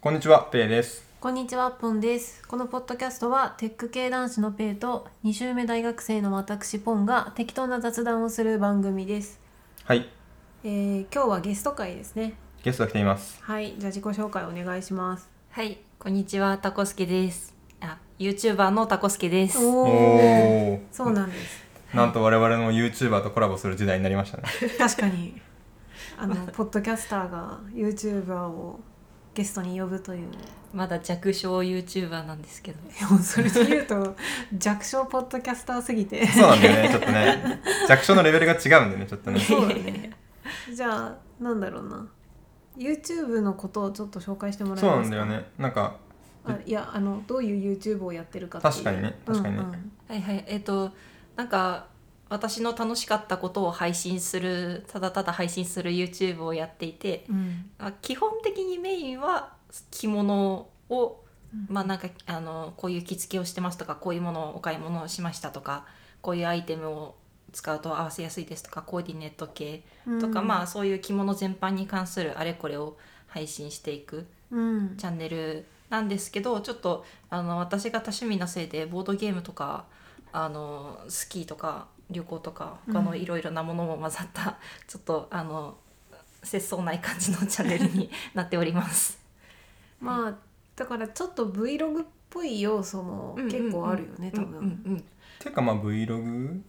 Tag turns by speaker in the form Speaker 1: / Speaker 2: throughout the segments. Speaker 1: こんにちは、ペイです。
Speaker 2: こんにちは、ポンです。このポッドキャストは、テック系男子のペイと、2週目大学生の私、ポンが適当な雑談をする番組です。
Speaker 1: はい、
Speaker 2: えー今日はゲスト会ですね。
Speaker 1: ゲストが来ています。
Speaker 2: はい、じゃあ自己紹介お願いします。
Speaker 3: はい、こんにちは、タコスケです。あ、ユーチューバーのタコスケです。
Speaker 2: おお、
Speaker 1: お
Speaker 2: そうなんです。
Speaker 1: ー、なんと我々の YouTuber とコラボする時代になりましたね。
Speaker 2: 確かに、あの、ポッドキャスターが YouTuber をゲストに呼ぶという。
Speaker 3: まだ弱小ユーチューバーなんですけど。
Speaker 2: でもそれで言うと、弱小ポッドキャスターすぎ て。
Speaker 1: そうなんだよね、ちょっとね。弱小のレベルが違うんだよね、ちょっとね。
Speaker 2: そうだね。じゃあなんだろうな。YouTube のことをちょっと紹介してもらえ
Speaker 1: そうな
Speaker 2: ま
Speaker 1: ん
Speaker 2: すか。
Speaker 1: だよね。なんか、
Speaker 2: あ。いやあのどういう YouTube をやってるかっていう。
Speaker 1: 確かにね確かにね
Speaker 2: うんうん
Speaker 3: はいはい、えっ、と、なんか。私の楽しかったことを配信するただただ配信する YouTube をやっていて、
Speaker 2: うん
Speaker 3: まあ、基本的にメインは着物を
Speaker 2: うん
Speaker 3: まあなんかあのこういう着付けをしてますとかこういうものをお買い物をしましたとかこういうアイテムを使うと合わせやすいですとかコーディネート系とか、まあ、そういう着物全般に関するあれこれを配信していく
Speaker 2: うん、
Speaker 3: チャンネルなんですけどちょっとあの私が多趣味のせいでボードゲームとかあのスキーとか旅行とか他
Speaker 2: う
Speaker 3: の
Speaker 2: ん
Speaker 3: いろいろなものも混ざった、 ちょっとあの節操ない感じの チャンネルになっております。
Speaker 2: まあだからちょっと Vlog っぽい要素も結構 あるよね、
Speaker 3: うんう
Speaker 2: 多
Speaker 3: ん
Speaker 2: 分、
Speaker 3: うんうん
Speaker 1: てかまあ Vlog?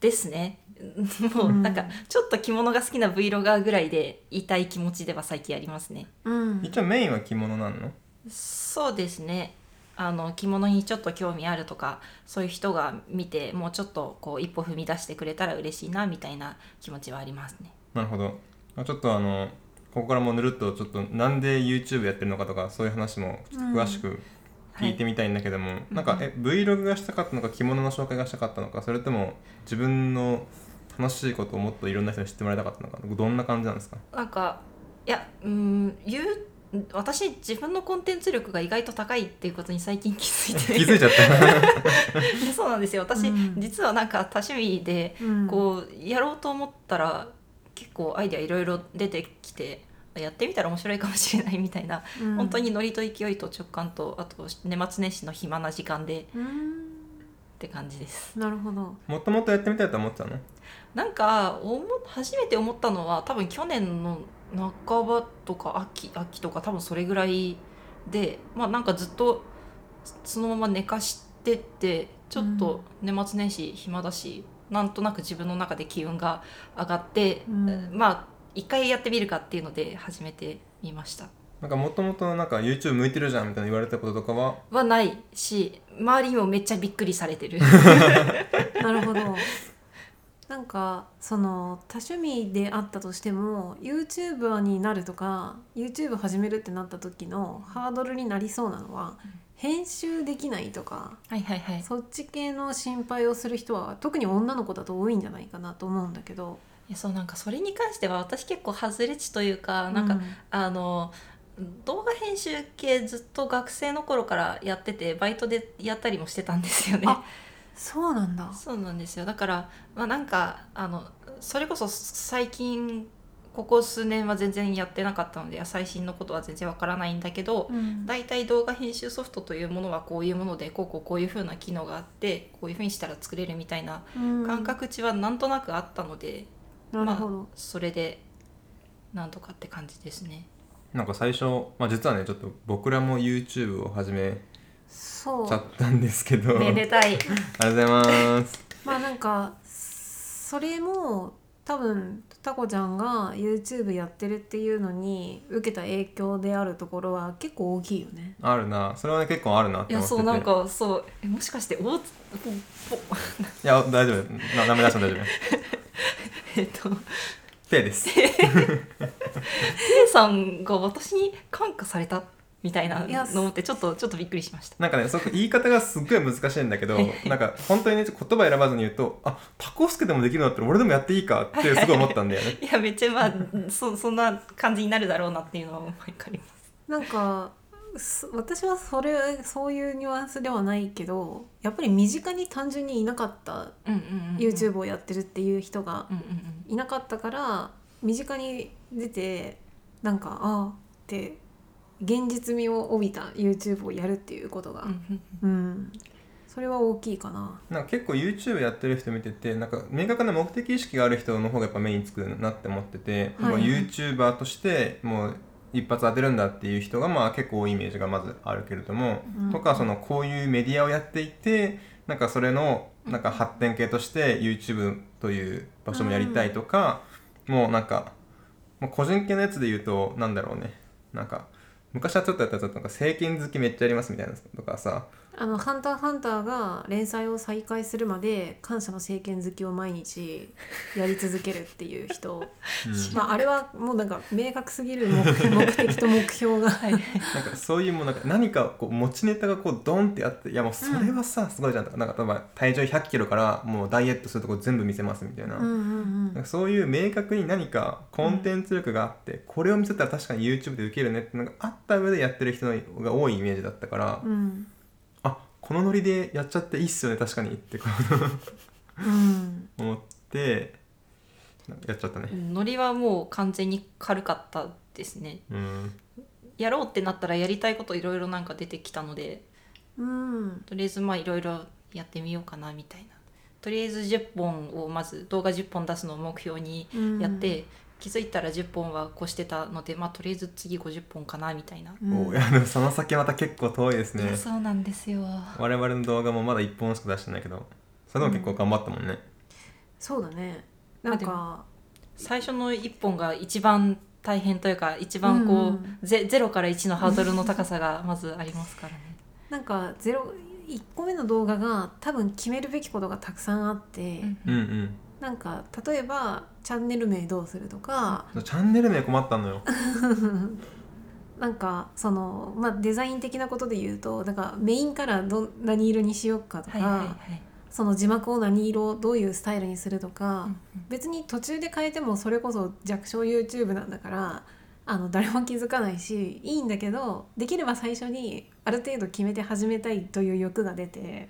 Speaker 3: ですね もうなんかちょっと着物が好きな Vlogger ぐらいでいたい気持ちでは最近ありますね。
Speaker 2: うん
Speaker 1: 一応メインは着物なんの
Speaker 3: そうですねあの着物にちょっと興味あるとかそういう人が見てもうちょっとこう一歩踏み出してくれたら嬉しいなみたいな気持ちはありますね。
Speaker 1: なるほど。あちょっとあの、ここからもうぬるっと、ちょっとなんで YouTube やってるのかとか、そういう話もちょっと詳しく聞いてみたいんだけども、なんか、え、Vlog がしたかったのか、着物の紹介がしたかったのか、それとも自分の楽しいことをもっといろんな人に知ってもらいたかったのか、どんな感じなんです か
Speaker 3: なんかいやうーん言う私自分のコンテンツ力が意外と高いっていうことに最近気づい て
Speaker 1: 気づいちゃった。
Speaker 3: で そうなんですよ私、
Speaker 2: うん
Speaker 3: 実はなんか多趣味で
Speaker 2: うん
Speaker 3: こうやろうと思ったら結構アイデアいろいろ出てきてやってみたら面白いかもしれないみたいな
Speaker 2: うん
Speaker 3: 本当にノリと勢いと直感とあと年末年始の暇な時間でっ
Speaker 2: うん
Speaker 3: て感じです
Speaker 2: なるほど
Speaker 1: もともとやってみたいと思ってたの
Speaker 3: なんかおも初めて思ったのは多分去年の半ばとか秋秋とか多分それぐらいでまあなんかずっとそそのまま寝かしててちょっと年末年始暇だし、なんとなく自分の中で気運が上がって、
Speaker 2: うん
Speaker 3: まあ一回やってみるかっていうので始めてみました。
Speaker 1: なんかもともとなんか YouTube 向いてるじゃんみたいな言われたこととかは
Speaker 3: はないし周りにもめっちゃびっくりされて る。
Speaker 2: なるほど。なんかその多趣味であったとしても YouTuber になるとか YouTube 始めるってなった時のハードルになりそうなのは編集できないとか
Speaker 3: はいはいはい。
Speaker 2: そっち系の心配をする人は特に女の子だと多いんじゃないかなと思うんだけど
Speaker 3: いやそうなんかそれに関しては私結構外れ値というかなんか、あの動画編集系ずっと学生の頃からやっててバイトでやったりもしてたんですよね。
Speaker 2: あそうなんだ。
Speaker 3: そうなんですよだから、まあ、なんかあのそれこそ最近ここ数年は全然やってなかったので最新のことは全然わからないんだけど、
Speaker 2: うん
Speaker 3: 大体動画編集ソフトというものはこういうものでこうこうこういう風な機能があってこういう風にしたら作れるみたいな
Speaker 2: うん
Speaker 3: 感覚値はなんとなくあったので、
Speaker 2: なるほど、
Speaker 3: それでなんとかって感じですね。
Speaker 1: なんか最初、まあ、実はねちょっと僕らも YouTube を始め
Speaker 2: そう
Speaker 1: ちゃったんですけどありがとう
Speaker 3: たい。
Speaker 1: ございます
Speaker 2: まあなんかそれも多分タコちゃんが YouTube やってるっていうのに受けた影響であるところは結構大きいよね。
Speaker 1: あるなそれはね結構あるなっ
Speaker 3: い
Speaker 1: て
Speaker 3: や
Speaker 1: 思って
Speaker 3: そ
Speaker 1: て
Speaker 3: うなんかそうえもしかしておつ
Speaker 1: い
Speaker 3: ぽぽ
Speaker 1: や大丈夫なダメ出したら大丈夫
Speaker 3: えっと
Speaker 1: ペイです
Speaker 3: K さんが私に感化されたみたいない
Speaker 2: や
Speaker 3: のってちょっとちょっとびっくりしました。
Speaker 1: なんかねすごく言い方がすっごい難しいんだけどなんか本当にね言葉選ばずに言うとあタコスケでもできるんだったら俺でもやっていいかってすごい思ったんだよね
Speaker 3: いやめっちゃまあそそんな感じになるだろうなっていうのは思い浮かびます。
Speaker 2: なんかす私はそれそういうニュアンスではないけどやっぱり身近に単純にいなかった
Speaker 3: うんうんうん
Speaker 2: YouTube をやってるっていう人が
Speaker 3: うんうんうん
Speaker 2: いなかったから身近に出てなんかああって現実味を帯びた YouTube をやるっていうことが、うん、それは大きいかな。
Speaker 1: なんか結構 YouTube やってる人見ててなんか明確な目的意識がある人の方がやっぱ目につくなって思ってて、ま
Speaker 2: はい
Speaker 1: あ YouTuber としてもう一発当てるんだっていう人がまあ結構多いイメージがまずあるけれども、
Speaker 2: うん
Speaker 1: とかそのこういうメディアをやっていてなんかそれのなんか発展系として YouTube という場所もやりたいとか、もうなんかもう個人系のやつで言うとなんだろうねなんか昔はちょっとやったらちょっとなんか政権好きめっちゃやりますみたいなとかさ
Speaker 2: あの「ハンターハンター」が連載を再開するまで感謝の政権好きを毎日やり続けるっていう人、まあ、あれはもうなんか明確すぎる目目的と目標が、
Speaker 1: なんかそういうもうなんか何かこう持ちネタがこうドンってあっていやもうそれはさすごいじゃんとかなんか例えば体重1 0 0キロからもうダイエットするとこ全部見せますみたいな,、
Speaker 2: うんうん
Speaker 1: なんかそういう明確に何かコンテンツ力があって、これを見せたら確かに YouTube でウケるねってのがあった上でやってる人が多いイメージだったから、
Speaker 2: うんうん
Speaker 1: あこのノリでやっちゃっていいっすよね確かにってこ
Speaker 2: うん
Speaker 1: う思ってなんかやっちゃったね。
Speaker 3: ノリはもう完全に軽かったですね
Speaker 1: うん
Speaker 3: やろうってなったらやりたいこといろいろなんか出てきたので
Speaker 2: うん
Speaker 3: とりあえずまあいろいろやってみようかなみたいなとりあえず10本をまず動画10本出すのを目標に
Speaker 2: うん
Speaker 3: やって、気づいたら10本は越してたのでまあとりあえず次50本かなみたいな、
Speaker 2: うん
Speaker 1: おいやでもその先また結構遠いですね
Speaker 3: そうなんですよ
Speaker 1: 我々の動画もまだ1本しか出してないけどそれでも結構頑張ったもんね、
Speaker 2: そうだねなんか
Speaker 3: 最初の1本が一番大変というか一番こう、
Speaker 2: うん
Speaker 3: ゼゼロから1のハードルの高さがまずありますからね。
Speaker 2: なんかゼロ1個目の動画が多分決めるべきことがたくさんあって、
Speaker 1: うんうん
Speaker 2: なんか例えばチャンネル名どうするとか、
Speaker 1: そうチャンネル名困ったのよ。
Speaker 2: なんかその、まあ、デザイン的なことで言うとなんかメインカラーどん何色にしようかとか、
Speaker 3: はいはいはい
Speaker 2: その字幕を何色どういうスタイルにするとか、
Speaker 3: うん
Speaker 2: 別に途中で変えてもそれこそ弱小 YouTube なんだからあの誰も気づかないしいいんだけどできれば最初にある程度決めて始めたいという欲が出て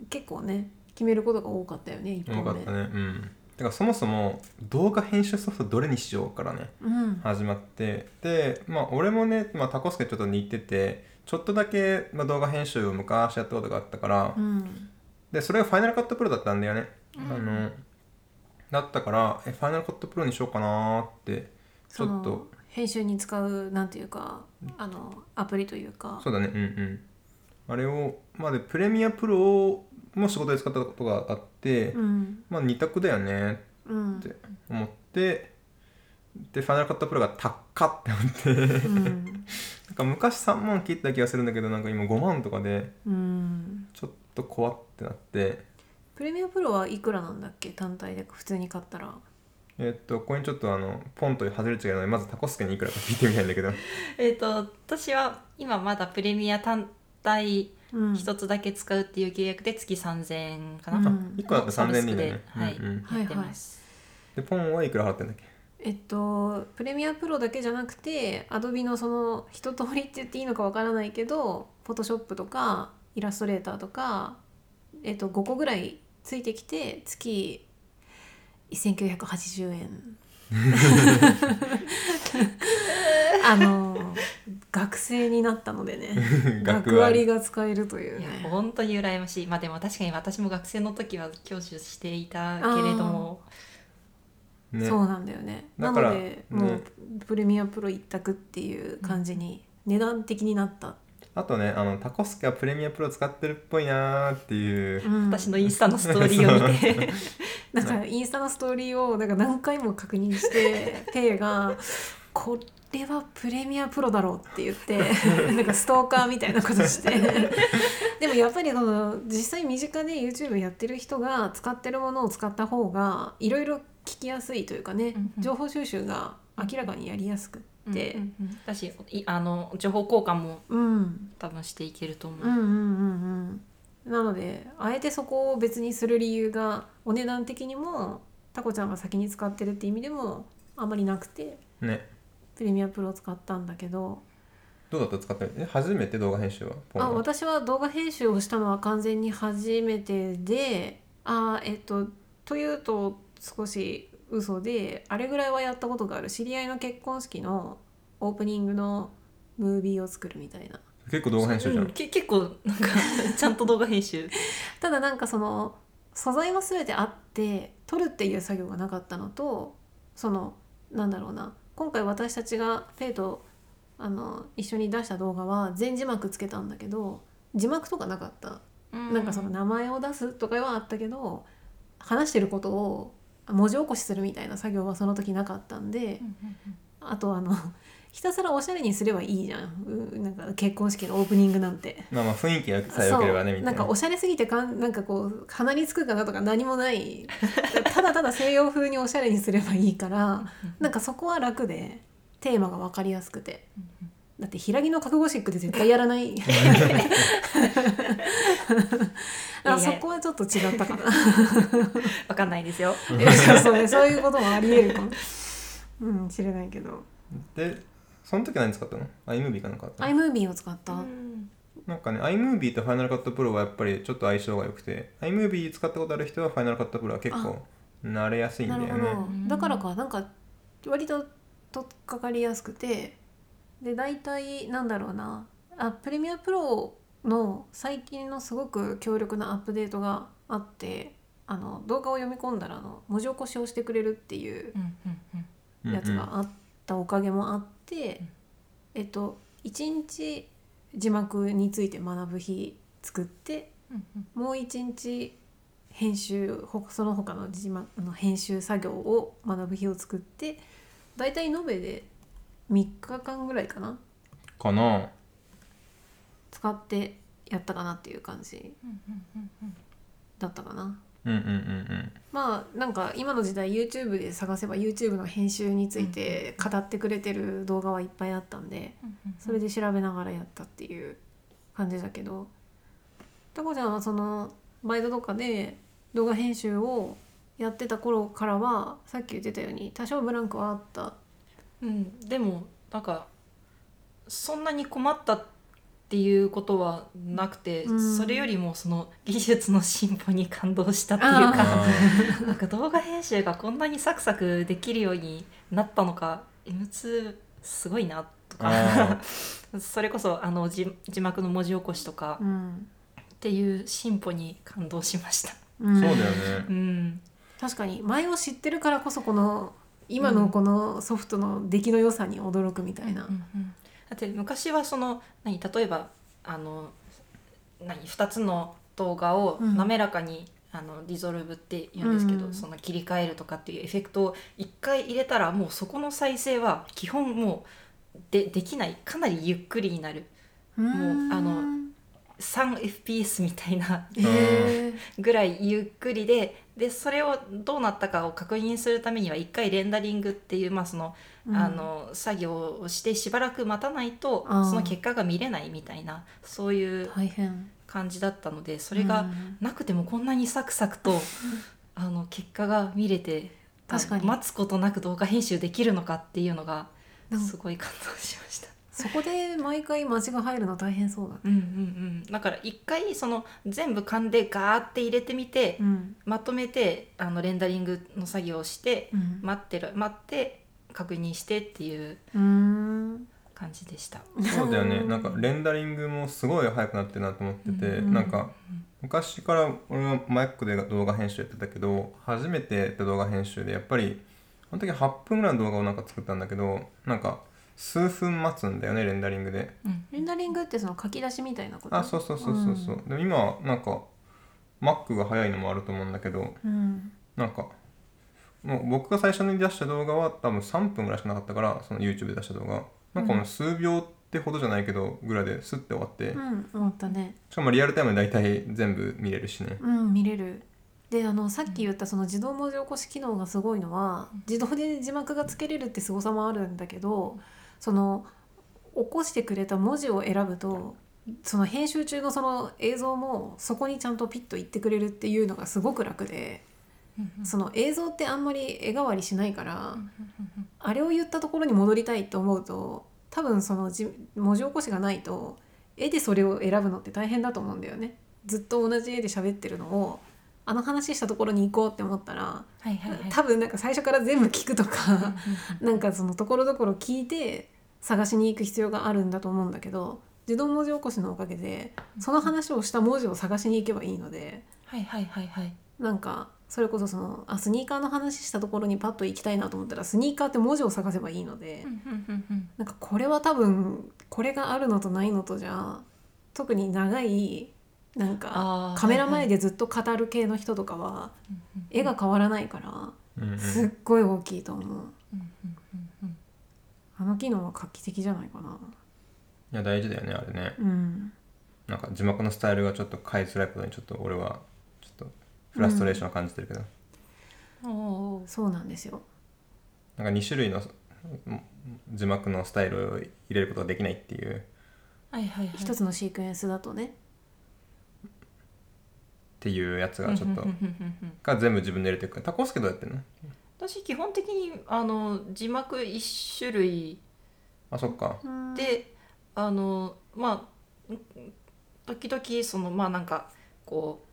Speaker 3: うん
Speaker 2: 結構ね決めることが多かったよね一
Speaker 1: よか
Speaker 2: 本
Speaker 1: っ
Speaker 2: 目
Speaker 1: た。ね。うん。てかそもそも動画編集ソフトどれにしようからね
Speaker 2: うん
Speaker 1: 始まってでまあ俺もね、まあ、タコスケちょっと似ててちょっとだけ、まあ、動画編集を昔やったことがあったから、
Speaker 2: うん
Speaker 1: でそれがファイナルカットプロだったんだよね。
Speaker 3: うん
Speaker 1: あのだったからえファイナルカットプロにしようかなーってち
Speaker 2: そ
Speaker 1: ょ
Speaker 2: の
Speaker 1: っと
Speaker 2: 編集に使うなんていうかあのアプリというか
Speaker 1: そうだねうんうんあれをまあでプレミアプロも仕事で使ったことがあって、
Speaker 2: うん
Speaker 1: まあ2択だよね
Speaker 2: うん
Speaker 1: で思ってでファイナルカットプロが高っって思って
Speaker 2: うん
Speaker 1: なんか昔3万切った気がするんだけどなんか今5万とかで
Speaker 2: うん
Speaker 1: ちょっと怖ってなって
Speaker 2: プレミアプロはいくらなんだっけ単体で普通に買ったら
Speaker 1: えーっとここにちょっとあのポンという外れ値があるのでまずタコスケにいくらか聞いてみたいんだけど
Speaker 3: えっ、と私は今まだプレミア単体
Speaker 2: うん
Speaker 3: 一つだけ使うっていう契約で月3000円かな、
Speaker 2: うん
Speaker 1: 1個だと3000円だよね、
Speaker 3: サブスクではい
Speaker 1: うんうん
Speaker 2: はい
Speaker 3: やってます。
Speaker 1: でポンはいくら払ってん だっけ
Speaker 2: えっとプレミアプロだけじゃなくてアドビのその一通りって言っていいのかわからないけどフォトショップとかイラストレーターとか、えっと、5個ぐらいついてきて月1980円あの学生になったのでね学割が使えるという
Speaker 3: い
Speaker 2: ね
Speaker 3: や本当に羨ましいまあでも確かに私も学生の時は教授していたけれども
Speaker 1: ね
Speaker 2: そうなんだよねな
Speaker 1: だ
Speaker 2: の
Speaker 1: から
Speaker 2: でもう
Speaker 1: ね
Speaker 2: プレミアプロ一択っていう感じに値段的になった、
Speaker 1: あとねあのタコスケはプレミアプロ使ってるっぽいなーっていう、
Speaker 2: うん
Speaker 3: 私のインスタのストーリーを見て
Speaker 2: なんかインスタのストーリーをなんか何回も確認してペイが「これはプレミアプロだろ」うって言ってなんかストーカーみたいなことしてでもやっぱりその実際身近で YouTube やってる人が使ってるものを使った方がいろいろ聞きやすいというかね
Speaker 3: うんうん
Speaker 2: 情報収集が明らかにやりやすくって、
Speaker 3: うんうんうんだしいあの情報交換も
Speaker 2: うん、
Speaker 3: 多分していけると思う、
Speaker 2: うんうんうんうんなのであえてそこを別にする理由がお値段的にもタコちゃんが先に使ってるって意味でもあんまりなくて
Speaker 1: ね
Speaker 2: プレミアプロを使ったんだけど
Speaker 1: どうだった使ってみてえ初めて動画編集はポンは
Speaker 2: あ私は動画編集をしたのは完全に初めてであーえっとというと少し嘘であれぐらいはやったことがある知り合いの結婚式のオープニングのムービーを作るみたいな
Speaker 1: 結構動画編集じゃん、
Speaker 3: うんけ結構なんかちゃんと動画編集
Speaker 2: ただなんかその素材は全てあって撮るっていう作業がなかったのとそのなんだろうな今回私たちがフェイとあの一緒に出した動画は全字幕つけたんだけど字幕とかなかった、
Speaker 3: な
Speaker 2: なんかその名前を出すとかはあったけど話してることを文字起こしするみたいな作業はその時なかったんで、あとあのひたすらおしゃれにすればいいじゃんうなんか結婚式のオープニングなんて。
Speaker 1: まあまあ雰囲気さえ良ければねみたい
Speaker 2: んか
Speaker 1: な
Speaker 2: おしゃれすぎてかんなんかこう鼻につくかなとか何もない ただただ西洋風におしゃれにすればいいからなんかそこは楽でテーマが分かりやすくてだって平木の覚悟シックで絶対やらない あそこはちょっと違ったかな
Speaker 3: わかんないですよ
Speaker 2: いや そうねそういうこともありえるかも。うん、知れないけど
Speaker 1: でその時何使ったの iMovie かなんかあったの
Speaker 2: iMovie を使った、
Speaker 1: なんかね iMovie と Final Cut Pro はやっぱりちょっと相性が良くて iMovie 使ったことある人は Final Cut Pro は結構慣れやすいんだ
Speaker 2: な
Speaker 1: よ
Speaker 2: る
Speaker 1: ね
Speaker 2: ほどだからかなんか割と取っかかりやすくてで大体なんだろうなあプレミアプロの最近のすごく強力なアップデートがあってあの動画を読み込んだらあの文字起こしをしてくれるっていう
Speaker 1: うんうん
Speaker 2: やつがあったおかげもあって、
Speaker 3: うん
Speaker 2: えっと1日字幕について学ぶ日作ってもう一日編集ほその他の字幕あの編集作業を学ぶ日を作って大体延べで3日間ぐらいかな
Speaker 1: かな
Speaker 2: 使ってやったかなっていう感じだったかな
Speaker 1: うんうんうんうん
Speaker 2: まあなんか今の時代 YouTube で探せば YouTube の編集について語ってくれてる動画はいっぱいあったんでそれで調べながらやったっていう感じだけどタコちゃんはそのバイトとかで動画編集をやってた頃からはさっき言ってたように多少ブランクはあった
Speaker 3: うんでもなんかそんなに困ったっていうことはなくて、
Speaker 2: うん
Speaker 3: それよりもその技術の進歩に感動したっていう
Speaker 1: あ
Speaker 3: か
Speaker 1: ー
Speaker 3: なんか動画編集がこんなにサクサクできるようになったのか M2 すごいなとか
Speaker 1: あ
Speaker 3: それこそあの字字幕の文字起こしとか
Speaker 2: うん、
Speaker 3: っていう進歩に感動しました。
Speaker 2: うん、
Speaker 1: そうだよね
Speaker 3: うん、
Speaker 2: 確かに前を知ってるからこそこの今のこのソフトの出来の良さに驚くみたいな、
Speaker 3: うんうんだって昔はその何例えばあの何2つの動画を
Speaker 2: うん
Speaker 3: 滑らかに、あのリゾルブって言うんですけど、
Speaker 2: うん
Speaker 3: その切り替えるとかっていうエフェクトを1回入れたらもうそこの再生は基本もうでできないかなりゆっくりになる
Speaker 2: うん
Speaker 3: もうあの 3fps みたいな
Speaker 2: えー
Speaker 3: ぐらいゆっくりででそれをどうなったかを確認するためには1回レンダリングっていう、まあ、その
Speaker 2: うん
Speaker 3: あの作業をしてしばらく待たないと
Speaker 2: あー
Speaker 3: その結果が見れないみたいなそういう
Speaker 2: 大変
Speaker 3: 感じだったのでそ
Speaker 2: そ
Speaker 3: れがなくてもこんなにサクサク と、あの結果が見れてあの
Speaker 2: 確かに
Speaker 3: 待つことなく動画編集できるのかっていうのが
Speaker 2: なんか
Speaker 3: すごい感動しました。
Speaker 2: そこで毎回間違入るの大変 そうだね、
Speaker 3: うんうんうん、だから一回その全部勘でガーって入れてみて、
Speaker 2: うん
Speaker 3: まとめてあのレンダリングの作業をして
Speaker 2: うん
Speaker 3: 待ってる待って確認してっていう
Speaker 2: うーん
Speaker 3: 感じで した。
Speaker 1: そうだよねなんかレンダリングもすごい早くなってるなと思ってて、
Speaker 3: うん
Speaker 1: なんか昔から俺は Mac で動画編集やってたけど初めてやった動画編集でやっぱりあの時8分ぐらいの動画をなんか作ったんだけどなんか数分待つんだよねレンダリングで
Speaker 3: うん
Speaker 2: レンダリングってその書き出しみたいなこと
Speaker 1: あそうそうそうそうそう、でも今はなんか Mac が早いのもあると思うんだけど
Speaker 2: うん
Speaker 1: なんかもう僕が最初に出した動画は多分3分ぐらいしかなかったからその YouTube で出した動画なんかもう数秒ってほどじゃないけどぐらいですって終わって、
Speaker 2: うん思ったね
Speaker 1: しかもリアルタイムで大体全部見れるしね
Speaker 2: うん見れるであのさっき言ったその自動文字起こし機能がすごいのは自動で字幕がつけれるってすごさもあるんだけどその起こしてくれた文字を選ぶとその編集中のその映像もそこにちゃんとピッと言ってくれるっていうのがすごく楽でその映像ってあんまり絵代わりしないから、あれを言ったところに戻りたいと思うと多分そのじ文字起こしがないと絵でそれを選ぶのって大変だと思うんだよね。ずっと同じ絵で喋ってるのをあの話したところに行こうって思ったら
Speaker 3: はいはいはい。
Speaker 2: 多分なんか最初から全部聞くとか
Speaker 3: う
Speaker 2: なんかそのところどころ聞いて探しに行く必要があるんだと思うんだけど自動文字起こしのおかげでその話をした文字を探しに行けばいいので
Speaker 3: はいはいはいはい
Speaker 2: なんかそれこそそのあスニーカーの話したところにパッと行きたいなと思ったらスニーカーって文字を探せばいいので、
Speaker 3: うんうんうんうん
Speaker 2: なんかこれは多分これがあるのとないのとじゃ特に長いなんか
Speaker 3: あー
Speaker 2: カメラ前
Speaker 3: はい
Speaker 2: でずっと語る系の人とかは
Speaker 3: はいうんうん
Speaker 2: 絵が変わらないから
Speaker 1: うんうん
Speaker 2: すっごい大きいと思う
Speaker 3: うんうんうんうん
Speaker 2: あの機能は画期的じゃないかない
Speaker 1: や大事だよねあれね
Speaker 2: うん
Speaker 1: なんか字幕のスタイルがちょっと変えづらいことにちょっと俺はちょっとフラストレーションを感じてるけど、
Speaker 3: おー
Speaker 2: そうなんですよ
Speaker 1: なんか2種類のうん字幕のスタイルを入れることができないっていうっ
Speaker 3: はいはいはい
Speaker 2: 一つのシークエンスだとね
Speaker 1: ていうやつがちょっと
Speaker 3: うんうんうんうんうん
Speaker 1: が全部自分で入れていくからタコスケどうやってんの
Speaker 3: 私基本的にあの字幕一種類
Speaker 1: あそっか
Speaker 2: うん
Speaker 3: であのまあん時々そのまあなんかこ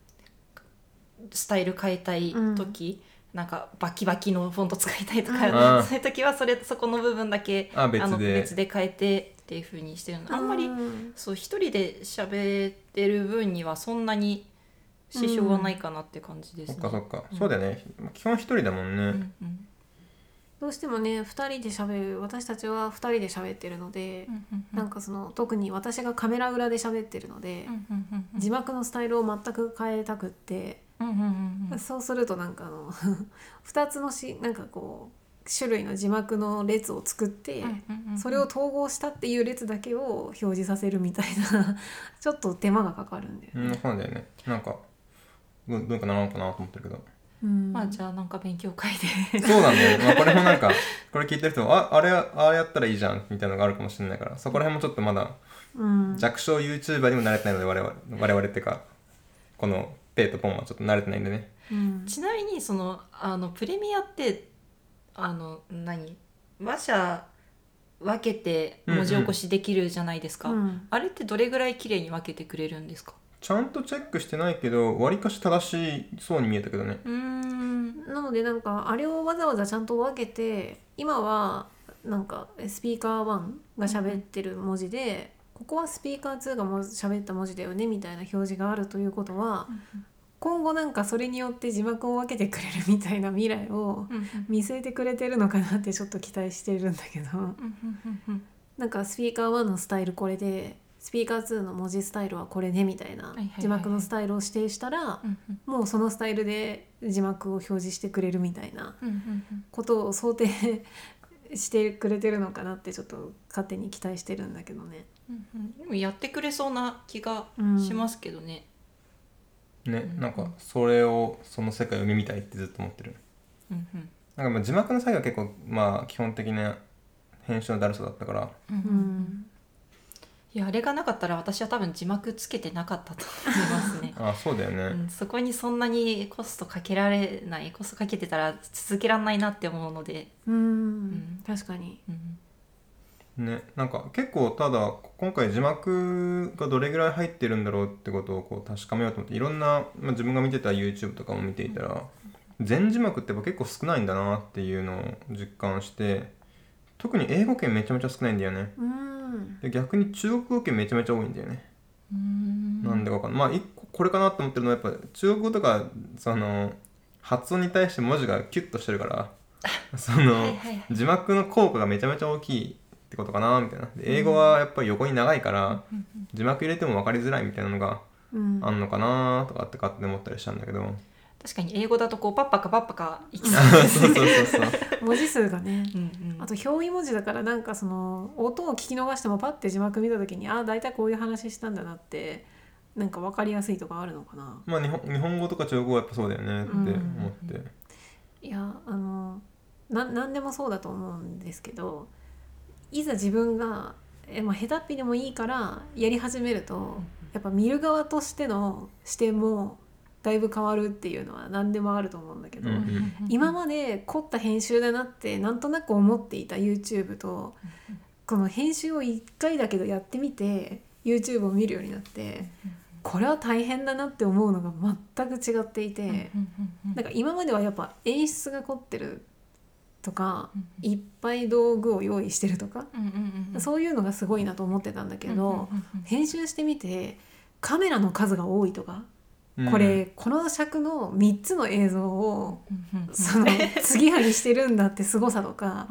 Speaker 3: うスタイル変えたい時、なんかバキバキのフォント使いたいと
Speaker 1: う
Speaker 3: か、
Speaker 1: ん
Speaker 3: そういう時はそれそこの部分だけ
Speaker 1: あ
Speaker 3: あ
Speaker 1: 別
Speaker 3: の
Speaker 1: で
Speaker 3: 別で変えてっていう風にしてるのあんまり
Speaker 2: うん
Speaker 3: そう一人で喋ってる分にはそんなに支障はないかなって感じです
Speaker 1: そ
Speaker 3: ね。
Speaker 1: っかそっか、
Speaker 3: うん
Speaker 1: そうだよね基本一人だもんね、
Speaker 3: うんうん
Speaker 2: どうしてもね2人で喋る私たちは2人で喋ってるので
Speaker 3: う、んうんうん
Speaker 2: なんかその特に私がカメラ裏で喋ってるので、
Speaker 3: うんうんうんうん
Speaker 2: 字幕のスタイルを全く変えたくって、
Speaker 3: うんうんうんうん
Speaker 2: そうするとなんかあの 2つのしなんかこう種類の字幕の列を作って、それを統合したっていう列だけを表示させるみたいな ちょっと手間がかかるんだよ
Speaker 1: う
Speaker 2: ね。
Speaker 1: ん、そうだよねなんかどどうにかならんかなと思ってるけど
Speaker 2: うん
Speaker 3: まあじゃあなんか勉強会で
Speaker 1: そうなんだよ、まあ、これもなんか これ聞いてる人もああれあれやったらいいじゃんみたいなのがあるかもしれないからそこら辺もちょっとまだ
Speaker 2: うん、
Speaker 1: 弱小 YouTuber にも慣れてないので我々我々っていうかこのペイとポンはちょっと慣れてないんでね
Speaker 2: うん
Speaker 3: ちなみにそのあのプレミアってあの何話者分けて文字起こしできるじゃないですか、
Speaker 2: うん
Speaker 3: あれってどれぐらい綺麗に分けてくれるんですか
Speaker 1: ちゃんとチェックしてないけどわりかし正しそうに見えたけどね
Speaker 3: うーん
Speaker 2: なのでなんかあれをわざわざちゃんと分けて今はなんかスピーカー1が喋ってる文字で、ここはスピーカー2がもう喋った文字だよねみたいな表示があるということは、今後なんかそれによって字幕を分けてくれるみたいな未来を 見据えてくれてるのかなってちょっと期待してるんだけどなんかスピーカー1のスタイルこれでスピーカー2の文字スタイルはこれねみたいない
Speaker 3: はいはい
Speaker 2: 字幕のスタイルを指定したらもうそのスタイルで字幕を表示してくれるみたいなことを想定してくれてるのかなってちょっと勝手に期待してるんだけどね。
Speaker 3: でもやってくれそうな気が
Speaker 2: うん
Speaker 3: しますけどね、
Speaker 1: ね
Speaker 3: うん
Speaker 1: なんかそれをその世界を見みたいってずっと思ってる
Speaker 3: うんうん
Speaker 1: なんかまあ字幕の作業は結構まあ基本的な編集のだるさだったから、
Speaker 3: うんうんうんいやあれがなかったら私は多分字幕つけてなかったと思いますね
Speaker 1: あそうだよね、
Speaker 3: うん、そこにそんなにコストかけられないコストかけてたら続けられないなって思うので、
Speaker 2: うん、
Speaker 3: ん
Speaker 2: 確かに。
Speaker 3: うん
Speaker 1: ねなんか結構ただ今回字幕がどれぐらい入ってるんだろうってことをこう確かめようと思っていろんな、まあ、自分が見てた YouTube とかも見ていたら全字幕ってやっぱ結構少ないんだなっていうのを実感して特に英語圏めちゃめちゃ少ないんだよね
Speaker 2: うん、
Speaker 1: で逆に中国語圏めちゃめちゃ多いんだよね、なんでかわかんないまあ一個これかなと思ってるのはやっぱ中国語とかその発音に対して文字がキュッとしてるからその、
Speaker 3: はいはいはい
Speaker 1: 字幕の効果がめちゃめちゃ大きいってことかなみたいなで英語はやっぱり横に長いから字幕入れても分かりづらいみたいなのが
Speaker 2: うん
Speaker 1: あんのかなとかって勝手に思ったりしたんだけど
Speaker 3: 確かに英語だとこうパッパカパッパカいきそうです
Speaker 1: そう
Speaker 3: ね
Speaker 1: そうそうそう
Speaker 2: 文字数がね。
Speaker 3: うんうん
Speaker 2: あと表意文字だからなんかその音を聞き逃してもパッて字幕見た時にああ大体こういう話したんだなってなんか分かりやすいとかあるのかな
Speaker 1: まあ日本日本語とか中国語はやっぱそうだよねって思って、
Speaker 2: いやあのな何でもそうだと思うんですけどいざ自分がえ、まあ、下手っぴでもいいからやり始めるとやっぱ見る側としての視点もだいぶ変わるっていうのは何でもあると思うんだけど、
Speaker 1: うん
Speaker 2: 今まで凝った編集だなってなんとなく思っていた YouTube とこの編集を1回だけどやってみて YouTube を見るようになってこれは大変だなって思うのが全く違っていて。
Speaker 3: うんうんうん
Speaker 2: なんか今まではやっぱ演出が凝ってるとか
Speaker 3: うん
Speaker 2: いっぱい道具を用意してるとか、
Speaker 3: うんうんうん
Speaker 2: そういうのがすごいなと思ってたんだけど、
Speaker 3: うんうんうん
Speaker 2: 編集してみてカメラの数が多いと
Speaker 1: うん
Speaker 2: か、これこの尺の3つの映像を
Speaker 3: うんうんうん
Speaker 2: その 継ぎはぎしてるんだってすごさとか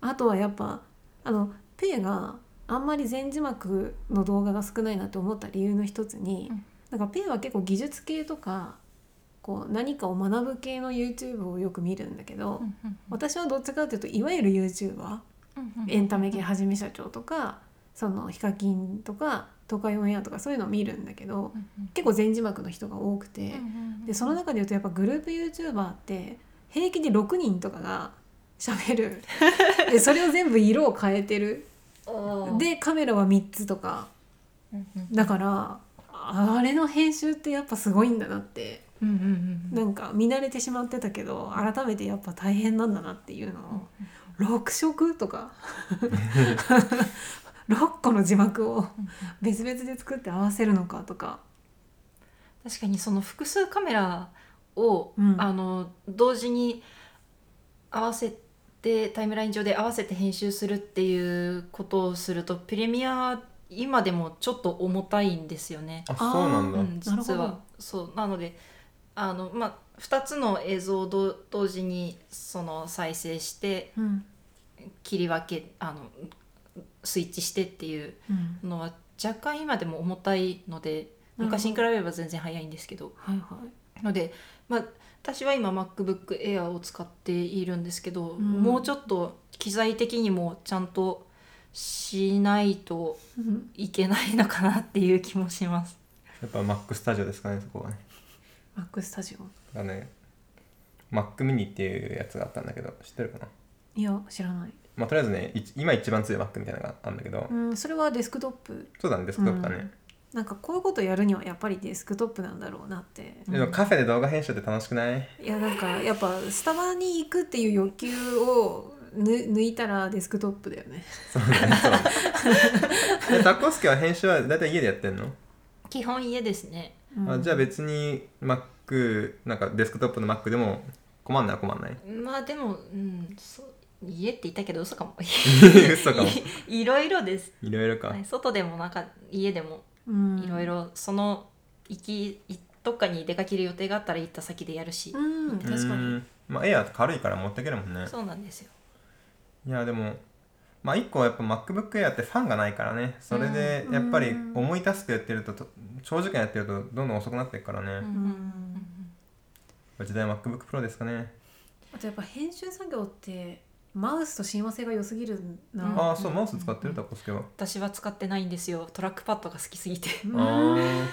Speaker 3: うん
Speaker 2: あとはやっぱあのペイがあんまり全字幕の動画が少ないなと思った理由の一つに、
Speaker 3: うん
Speaker 2: なんかペイは結構技術系とかこう何かを学ぶ系の YouTube をよく見るんだけど、
Speaker 3: うんうん
Speaker 2: 私はどっちかっていうといわゆる YouTuber
Speaker 3: うんうん
Speaker 2: エンタメ系はじめ社長とかそのヒカキンとか東海オンエアとかそういうのを見るんだけど
Speaker 3: うんうん
Speaker 2: 結構全字幕の人が多くて、でその中で言うとやっぱグループ YouTuber って平気で6人とかが喋 るでそれを全部色を変えてるでカメラは3つとか
Speaker 3: うんうん
Speaker 2: だからあれの編集ってやっぱすごいんだなって
Speaker 3: うんうんうん
Speaker 2: なんか見慣れてしまってたけど改めてやっぱ大変なんだなっていうのを6色と か6個の字幕を別々で作って合わせるのかとか
Speaker 3: 確かにその複数カメラを、
Speaker 2: うん
Speaker 3: あの同時に合わせてタイムライン上で合わせて編集するっていうことをするとプレミア今でもちょっと重たいんですよね。
Speaker 1: あそうなん
Speaker 2: あ
Speaker 1: だ、
Speaker 3: うん、
Speaker 2: なるほ
Speaker 3: 実
Speaker 2: ど
Speaker 3: はそうなのであの、まあ、2つの映像をど同時にその再生して
Speaker 2: うん
Speaker 3: 切り分けあのスイッチしてっていう
Speaker 2: うん
Speaker 3: のは若干今でも重たいので
Speaker 2: なるほど
Speaker 3: 昔に比べれば全然早いんですけど
Speaker 2: はいはい
Speaker 3: ので、まあ、私は今 MacBook Air を使っているんですけど、
Speaker 2: ん
Speaker 3: もうちょっと機材的にもちゃんとしないと
Speaker 2: うん
Speaker 3: いけないのかなっていう気もします。
Speaker 1: やっぱ Mac スタジオですかねそこはね
Speaker 2: マックスタジオ
Speaker 1: だからね Mac mini っていうやつがあったんだけど知ってるかない
Speaker 2: や知らない、
Speaker 1: まあとりあえずねい今一番強い Mac みたいなのがあるんだけど、
Speaker 2: うん、それはデスクトップ
Speaker 1: そうだねデスクトップだね、
Speaker 2: なんかこういうことやるにはやっぱりデスクトップなんだろうなって、
Speaker 1: でもカフェで動画編集って楽しくない
Speaker 2: いやなんかやっぱスタバに行くっていう欲求をぬ抜いたらデスクトップだよね
Speaker 1: そうねそうねえタコスケは編集は大体家でやってんの、
Speaker 3: 基本家ですね
Speaker 1: あじゃあ別
Speaker 2: 別
Speaker 1: に Mac なんかデスクトップの Mac でも困んないは困んない
Speaker 3: まあでも、うん、そう家って言ったけど嘘かも
Speaker 1: 嘘かも
Speaker 3: いいろいろです、
Speaker 1: いろいろか、
Speaker 3: はい、外でもなんか家でもいろいろその行きいどっかに出かける予定があったら行った先でやるし、
Speaker 2: うん確か
Speaker 1: う
Speaker 2: に
Speaker 1: んまあエアー軽いから持ってけるもんね
Speaker 3: そうなんですよ
Speaker 1: いやでもまあ一個はやっぱ MacBook Air ってファンがないからねそれで
Speaker 2: うん
Speaker 1: やっぱり重いタスクやってるとと長時間やってるとどんどん遅くなっていくからね、
Speaker 3: うん
Speaker 1: 時代は MacBook Pro ですかね
Speaker 2: あとやっぱ編集作業ってマウスと親和性が良すぎる
Speaker 3: うん
Speaker 2: な、
Speaker 1: ああそうマウス使ってるタコスケは
Speaker 3: 私は使ってないんですよトラックパッドが好きすぎて、
Speaker 2: うん
Speaker 1: あー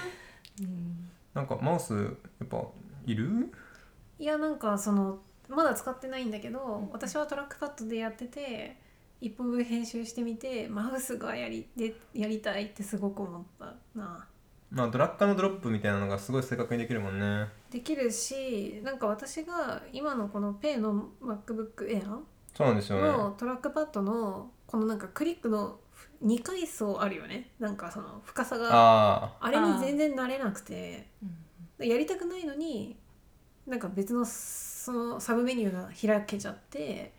Speaker 3: うん
Speaker 1: なんかマウスやっぱいる
Speaker 2: いやなんかそのまだ使ってないんだけど私はトラックパッドでやってて一本分編集してみてマウスがやりでやりたいってすごく思ったな
Speaker 1: まあドラッカーのドロップみたいなのがすごい正確にできるもんね
Speaker 2: できるしなんか私が今のこの Pay の MacBook Air
Speaker 1: そうなんですよね
Speaker 2: のトラックパッドのこのなんかクリックの2階層あるよねなんかその深さが
Speaker 1: あ
Speaker 2: あれに全然慣れなくて
Speaker 3: うん
Speaker 2: やりたくないのになんか別のそのサブメニューが開けちゃって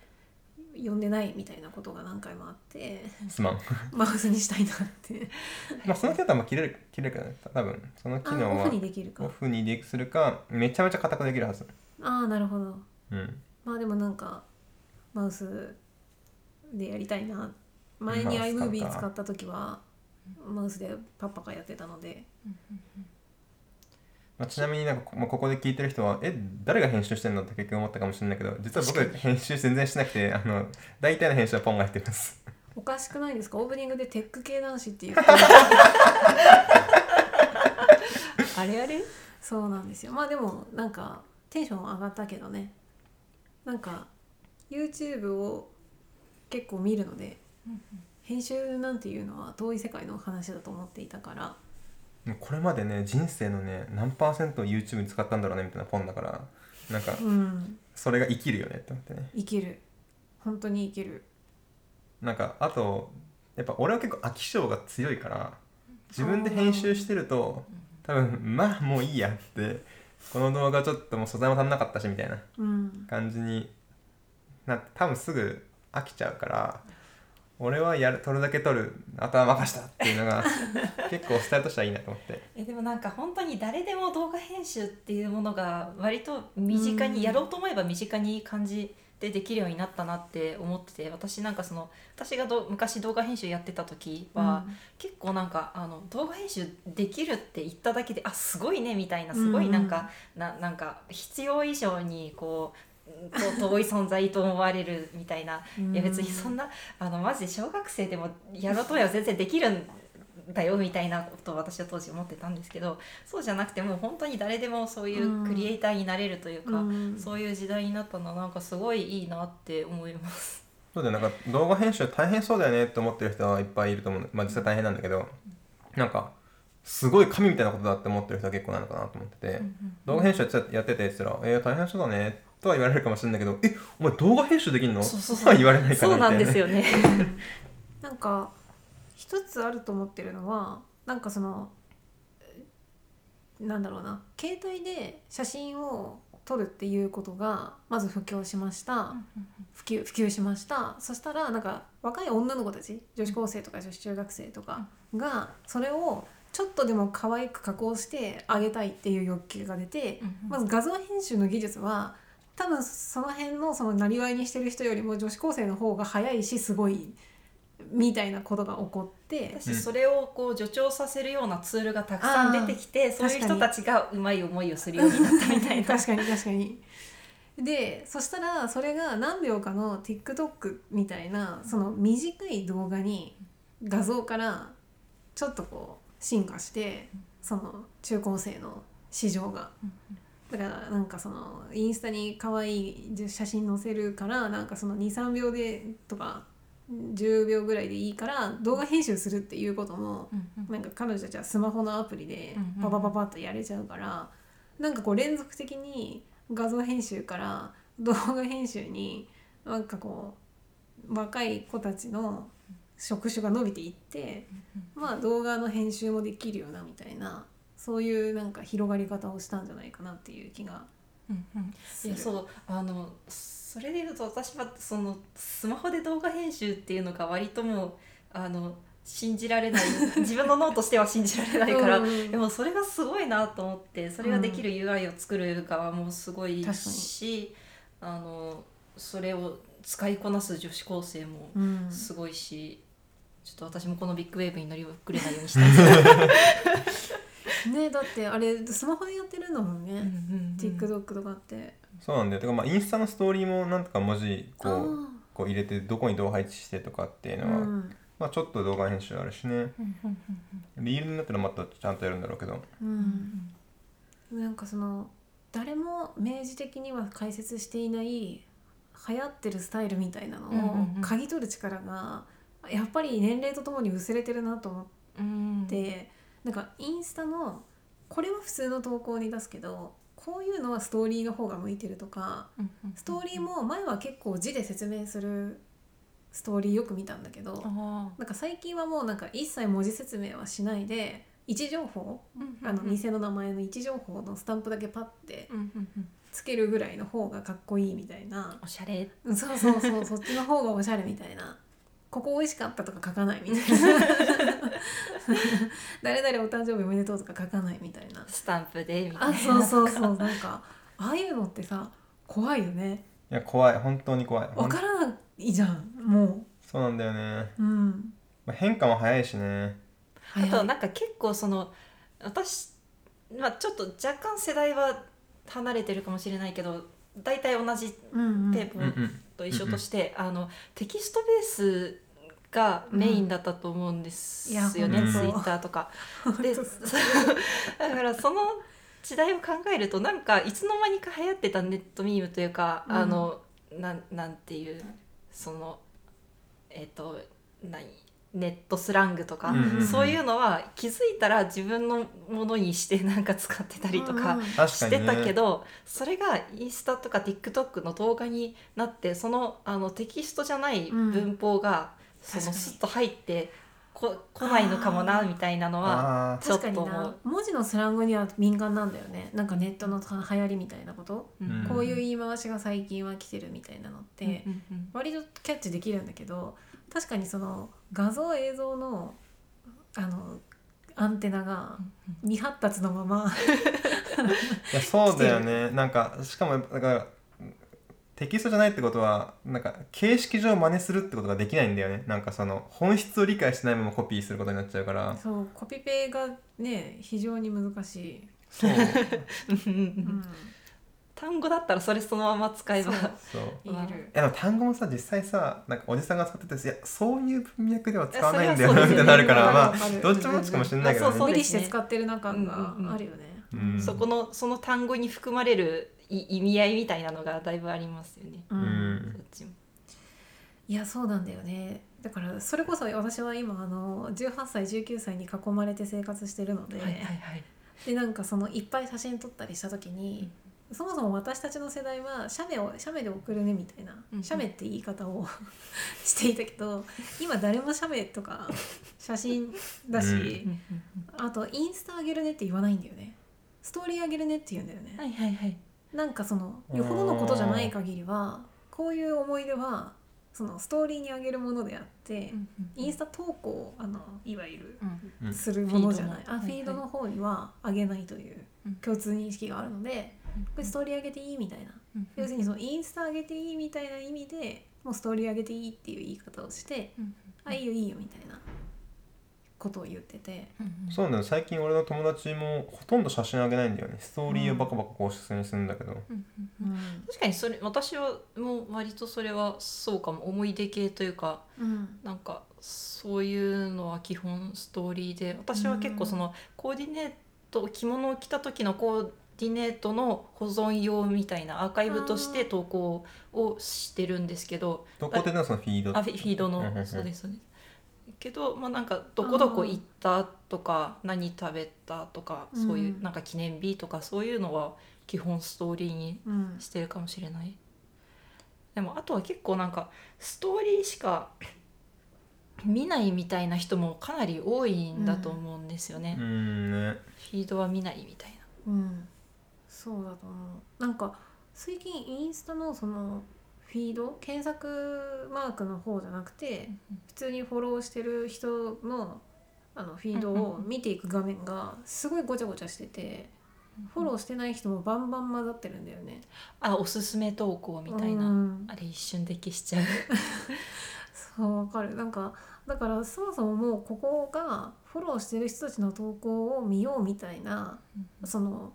Speaker 2: 読んでないみたいなことが何回も あって
Speaker 1: あすまん
Speaker 2: マウスにしたいなって
Speaker 1: まあその機能はまあ切れる切れるからね多分その機
Speaker 2: あ
Speaker 1: 能
Speaker 2: オ
Speaker 1: は
Speaker 2: フにできる
Speaker 1: オ
Speaker 2: か
Speaker 1: フにでするかめちゃめちゃ硬くできるはず
Speaker 2: ああなるほど
Speaker 1: うん
Speaker 2: まあでもなんかマウスでやりたいな前に
Speaker 1: マウスか
Speaker 2: iMovie 使った時はマウスでパッパカやってたので
Speaker 1: まあ、ちなみになんかこ,、まあ、ここで聞いてる人は「え誰が編集してんの?」って結局思ったかもしれないけど実は僕編集全然してなくてあの大体の編集はポンが入ってます
Speaker 2: おかしくないですかオープニングでテック系男子っていう
Speaker 3: あれあれ
Speaker 2: そうなんですよまあでもなんかテンション上がったけどねなんか YouTube を結構見るので編集なんていうのは遠い世界の話だと思っていたから
Speaker 1: もうこれまでね人生のね何パーセントを YouTube に使ったんだろうねみたいなポンだからなんか
Speaker 2: うん
Speaker 1: それが生きるよねって思ってね
Speaker 2: 生きる本当に生きる
Speaker 1: なんかあとやっぱ俺は結構飽き性が強いから自分で編集してると多分まあもういいやってこの動画ちょっともう素材も足んなかったしみたいな
Speaker 2: うん
Speaker 1: 感じになんて多分すぐ飽きちゃうから俺はやる取るだけ取る頭任したっていうの が結構スタイルとしてはいいなと思って
Speaker 3: えでもなんか本当に誰でも動画編集っていうものが割と身近に、
Speaker 2: うん
Speaker 3: やろうと思えば身近に感じでできるようになったなって思ってて私なんかその私がど昔動画編集やってた時は、結構なんかあの動画編集できるって言っただけであすごいねみたいなすごいなんか、ななんか必要以上にこううんと遠い 存在と思われるみたいな
Speaker 2: うん
Speaker 3: いや別にそんなあのマジで小学生でもやろうと思えば全然できるんだよみたいなことを私は当時思ってたんですけどそうじゃなくてもう本当に誰でもそういうクリエイターになれるというか、
Speaker 2: うん
Speaker 3: そういう時代になったのはなんかすごいいいなって思います。
Speaker 1: そうだよなんか動画編集大変そうだよねって思ってる人はいっぱいいると思うまあ実際大変なんだけどなんかすごい神みたいなことだって思ってる人は結構なのかなと思ってて、動画編集やってやっててって言ったら「えー、大変そうだね」とは言われるかもしれないけど「えお前動画編集できるの?」
Speaker 3: そうそうそう
Speaker 1: とは言われないか
Speaker 3: そ
Speaker 1: ら
Speaker 3: うなんです
Speaker 1: よ
Speaker 3: よね。
Speaker 2: なんか一つあると思ってるのはなんかそのなんだろうな携帯で写真を撮るっていうことがまず普及しました普及普及しましたそしたらなんか若い女の子たち女子高生とか女子中学生とかがそれをちょっとでも可愛く加工してあげたいっていう欲求が出てまず画像編集の技術は多分その辺のそのなりわいにしてる人よりも女子高生の方が早いしすごいみたいなことが起こって
Speaker 3: 私それをこう助長させるようなツールがたくさん出てきてそういう人たちがうまい思いをするようになったみたいな。
Speaker 2: 確かに確かにでそしたらそれが何秒かの TikTok みたいなその短い動画に画像からちょっとこう進化してその中高生の市場がだからなんかそのインスタに可愛い写真載せるからなんかその23秒でとか10秒ぐらいでいいから動画編集するっていうこともなんか彼女たちはスマホのアプリで
Speaker 3: うんうんうん
Speaker 2: パパパパッとやれちゃうから、なんかこう連続的に画像編集から動画編集になんかこう若い子たちの職種が伸びていって、まあ動画の編集もできるよなみたいなそういうなんか広がり方をしたんじゃないかなっていう気がす
Speaker 3: い
Speaker 2: る。
Speaker 3: やそうあのそれで言うと私はそのスマホで動画編集っていうのが割ともうあの信じら れない自分の脳としては信じられないから、
Speaker 2: うんうん
Speaker 3: でもそれがすごいなと思ってそれができる UI を作る側もすごい
Speaker 2: 確かに
Speaker 3: し、あのそれを使いこなす女子高生も
Speaker 2: うん
Speaker 3: すごいし、ちょっと私もこのビッグウェーブに乗り遅れないようにしたいです。
Speaker 2: ねだってあれスマホでやってるんだもんね、TikTok とかって。
Speaker 1: そうなんだよてかまあインスタのストーリーもなんとか文字こ
Speaker 2: あ
Speaker 1: うこう入れてどこにどう配置してとかっていう
Speaker 2: ー
Speaker 1: のは、
Speaker 2: うん
Speaker 1: まあちょっと動画編集あるしねリールになったらまたちゃんとやるんだろうけど
Speaker 2: うんなんかその誰も明示的には解説していない流行ってるスタイルみたいなの
Speaker 3: うんうんうん
Speaker 2: を嗅ぎ取る力がやっぱり年齢とともに薄れてるなと思っ
Speaker 3: うん
Speaker 2: て、なんかインスタのこれは普通の投稿に出すけどこういうのはストーリーの方が向いてるとかストーリーも前は結構字で説明するストーリーよく見たんだけど
Speaker 3: あ
Speaker 2: なんか最近はもうなんか一切文字説明はしないで位置情報
Speaker 3: ー
Speaker 2: あの店の名前の位置情報のスタンプだけパッてつけるぐらいの方がかっこいいみたいな
Speaker 3: おしゃれ
Speaker 2: うんそうそうそうそっちの方がおしゃれみたいなここ美味しかったとか書かないみたい な誰々お誕生日おめでとうとか書かないみたいな
Speaker 3: スタンプでみたい
Speaker 2: あ
Speaker 3: な
Speaker 2: そうそうそうなんかああいうのってさ怖いよね
Speaker 1: いや怖い本当に怖いほん
Speaker 2: わからないじゃんも
Speaker 1: そうなんだよね、
Speaker 2: ううん
Speaker 1: まあ、変化も早いしね
Speaker 2: 早い
Speaker 3: あとなんか結構その私、まあ、ちょっと若干世代は離れてるかもしれないけど大体同じ
Speaker 2: うんうん
Speaker 3: テープ
Speaker 1: うんうん
Speaker 3: と一緒として、あのテキストベースがメインだったと思うんですよ
Speaker 2: うん
Speaker 1: い
Speaker 3: ね、
Speaker 1: や本
Speaker 3: ツ
Speaker 1: 当
Speaker 3: イッター とか。で
Speaker 2: そう
Speaker 3: そうだからその時代を考えるとなんかいつの間にか流行ってたネットミームというか、
Speaker 2: うん
Speaker 3: あのなんなんていうそのえっ、と何ネットスラングとか、
Speaker 1: うんうん
Speaker 3: そういうのは気づいたら自分のものにしてなんか使ってたりとか、
Speaker 2: うんうん
Speaker 1: 確か
Speaker 3: し
Speaker 1: にね
Speaker 3: てたけど、それがインスタとか TikTok の動画になってそのあのテキストじゃない文法が、そ
Speaker 2: 確
Speaker 3: の
Speaker 2: かに
Speaker 3: スッと入ってこ来ないのかもなみたいなのは
Speaker 1: あ
Speaker 3: ちょっ
Speaker 2: 確
Speaker 3: と
Speaker 2: かにな文字のスラングには敏感なんだよねなんかネットの流行りみたいなこと、
Speaker 1: うん
Speaker 2: こういう言い回しが最近は来てるみたいなのって、
Speaker 3: うんうんうん
Speaker 2: 割とキャッチできるんだけど確かにその画像映像のあのアンテナが未発達のまま
Speaker 1: いやそうだよねなんかしかもだからテキストじゃないってことはなんか形式上真似するってことができないんだよねなんかその本質を理解しないままコピーすることになっちゃうから
Speaker 2: そうコピペがね非常に難しい、
Speaker 1: そう
Speaker 3: うんうんう
Speaker 2: うんん、
Speaker 3: 単語だったらそれそのまま使えば
Speaker 2: そう
Speaker 1: そう
Speaker 2: 言える
Speaker 1: いやでも単語もさ実際さなんかおじさんが使ってていやそういう文脈では使わないんだよ
Speaker 3: そ
Speaker 1: な
Speaker 3: う
Speaker 1: みたい
Speaker 3: ですよね
Speaker 1: になるから
Speaker 2: わ
Speaker 1: ま
Speaker 2: かるわか
Speaker 1: あ
Speaker 2: る
Speaker 1: どっちもどっちかもしれないけど
Speaker 3: そう
Speaker 1: ね
Speaker 3: で
Speaker 2: 無
Speaker 3: すね
Speaker 2: 理して使ってる中が
Speaker 3: うんうんうん
Speaker 2: あるよね、
Speaker 1: うん
Speaker 3: そこのその単語に含まれるい意味合いみたいなのがだいぶありますよね。
Speaker 1: う
Speaker 3: そっ
Speaker 1: ん
Speaker 3: ちも。
Speaker 2: いやそうなんだよねだからそれこそ私は今あの18歳19歳に囲まれて生活してるので、
Speaker 3: はいはいはい。
Speaker 2: でなんかそのいっぱい写真撮ったりした時に、そもそも私たちの世代は写メを写メで送るねみたいな、
Speaker 3: うんうん
Speaker 2: 写メって言い方を していたけど今誰も写メとか写真だし、
Speaker 3: うんうん
Speaker 2: あとインスタあげるねって言わないんだよねストーリーあげるねって言うんだよね、
Speaker 3: うんはいはいはい。
Speaker 2: なんかそのよほどのことじゃない限りはこういう思い出はそのストーリーにあげるものであって、インス
Speaker 3: タ。
Speaker 2: タ投稿をあのいわゆる
Speaker 3: うん
Speaker 1: うん
Speaker 2: するものじゃない、
Speaker 3: フィード
Speaker 2: あ
Speaker 3: のはい
Speaker 2: フ
Speaker 3: は
Speaker 2: ィードの方
Speaker 3: い
Speaker 2: にはあげないという
Speaker 3: うん
Speaker 2: 共通認識があるので、これストーリーあげていいみたいな、要するにそのインスタあげていいみたいな意味でもうストーリーあげていいっていう言い方をして、
Speaker 3: うん
Speaker 2: あいいよいいよみたいなことを言ってて、
Speaker 1: そうなんだよ最近俺の友達もほとんど写真あげないんだよねストーリーをバカバカ更新するんだけど、
Speaker 3: うんうんうん
Speaker 2: ん
Speaker 3: 確かにそれ私はもう割とそれはそうかも思い出系というかなんかそういうのは基本ストーリーで私は結構そのコーディネート着物を着た時のコーディネートの保存用みたいなアーカイブとして投稿をしてるんですけど
Speaker 1: どこでのそのフィード
Speaker 3: あフィフィード
Speaker 1: うん
Speaker 3: の
Speaker 1: うんうん
Speaker 3: そうですそうですけどまあなんかどこどこ行ったとか何食べたとか
Speaker 2: うん
Speaker 3: そういうなんか記念日とかそういうのは基本ストーリーに
Speaker 2: うん
Speaker 3: してるかもしれないでもあとは結構なんかストーリーしか見ないみたいな人もかなり多いんだと思うんですよね、
Speaker 1: う
Speaker 3: フ
Speaker 1: んね
Speaker 3: ィードは見ないみたい
Speaker 2: うん、そうだと思うなんか最近インスタのそのフィード検索マークの方じゃなくて
Speaker 3: な、
Speaker 2: 普通にフォローしてる人のあのフィードを見ていく画面がすごいごちゃごちゃしててフォローしてない人もバンバン混ざってるんだよね。
Speaker 3: あおすすめ投稿みたいな、
Speaker 2: うん
Speaker 3: あれ一瞬で消しちゃう
Speaker 2: そうわかるなんかだからそもそももうここがフォローしてる人たちの投稿を見ようみたいなその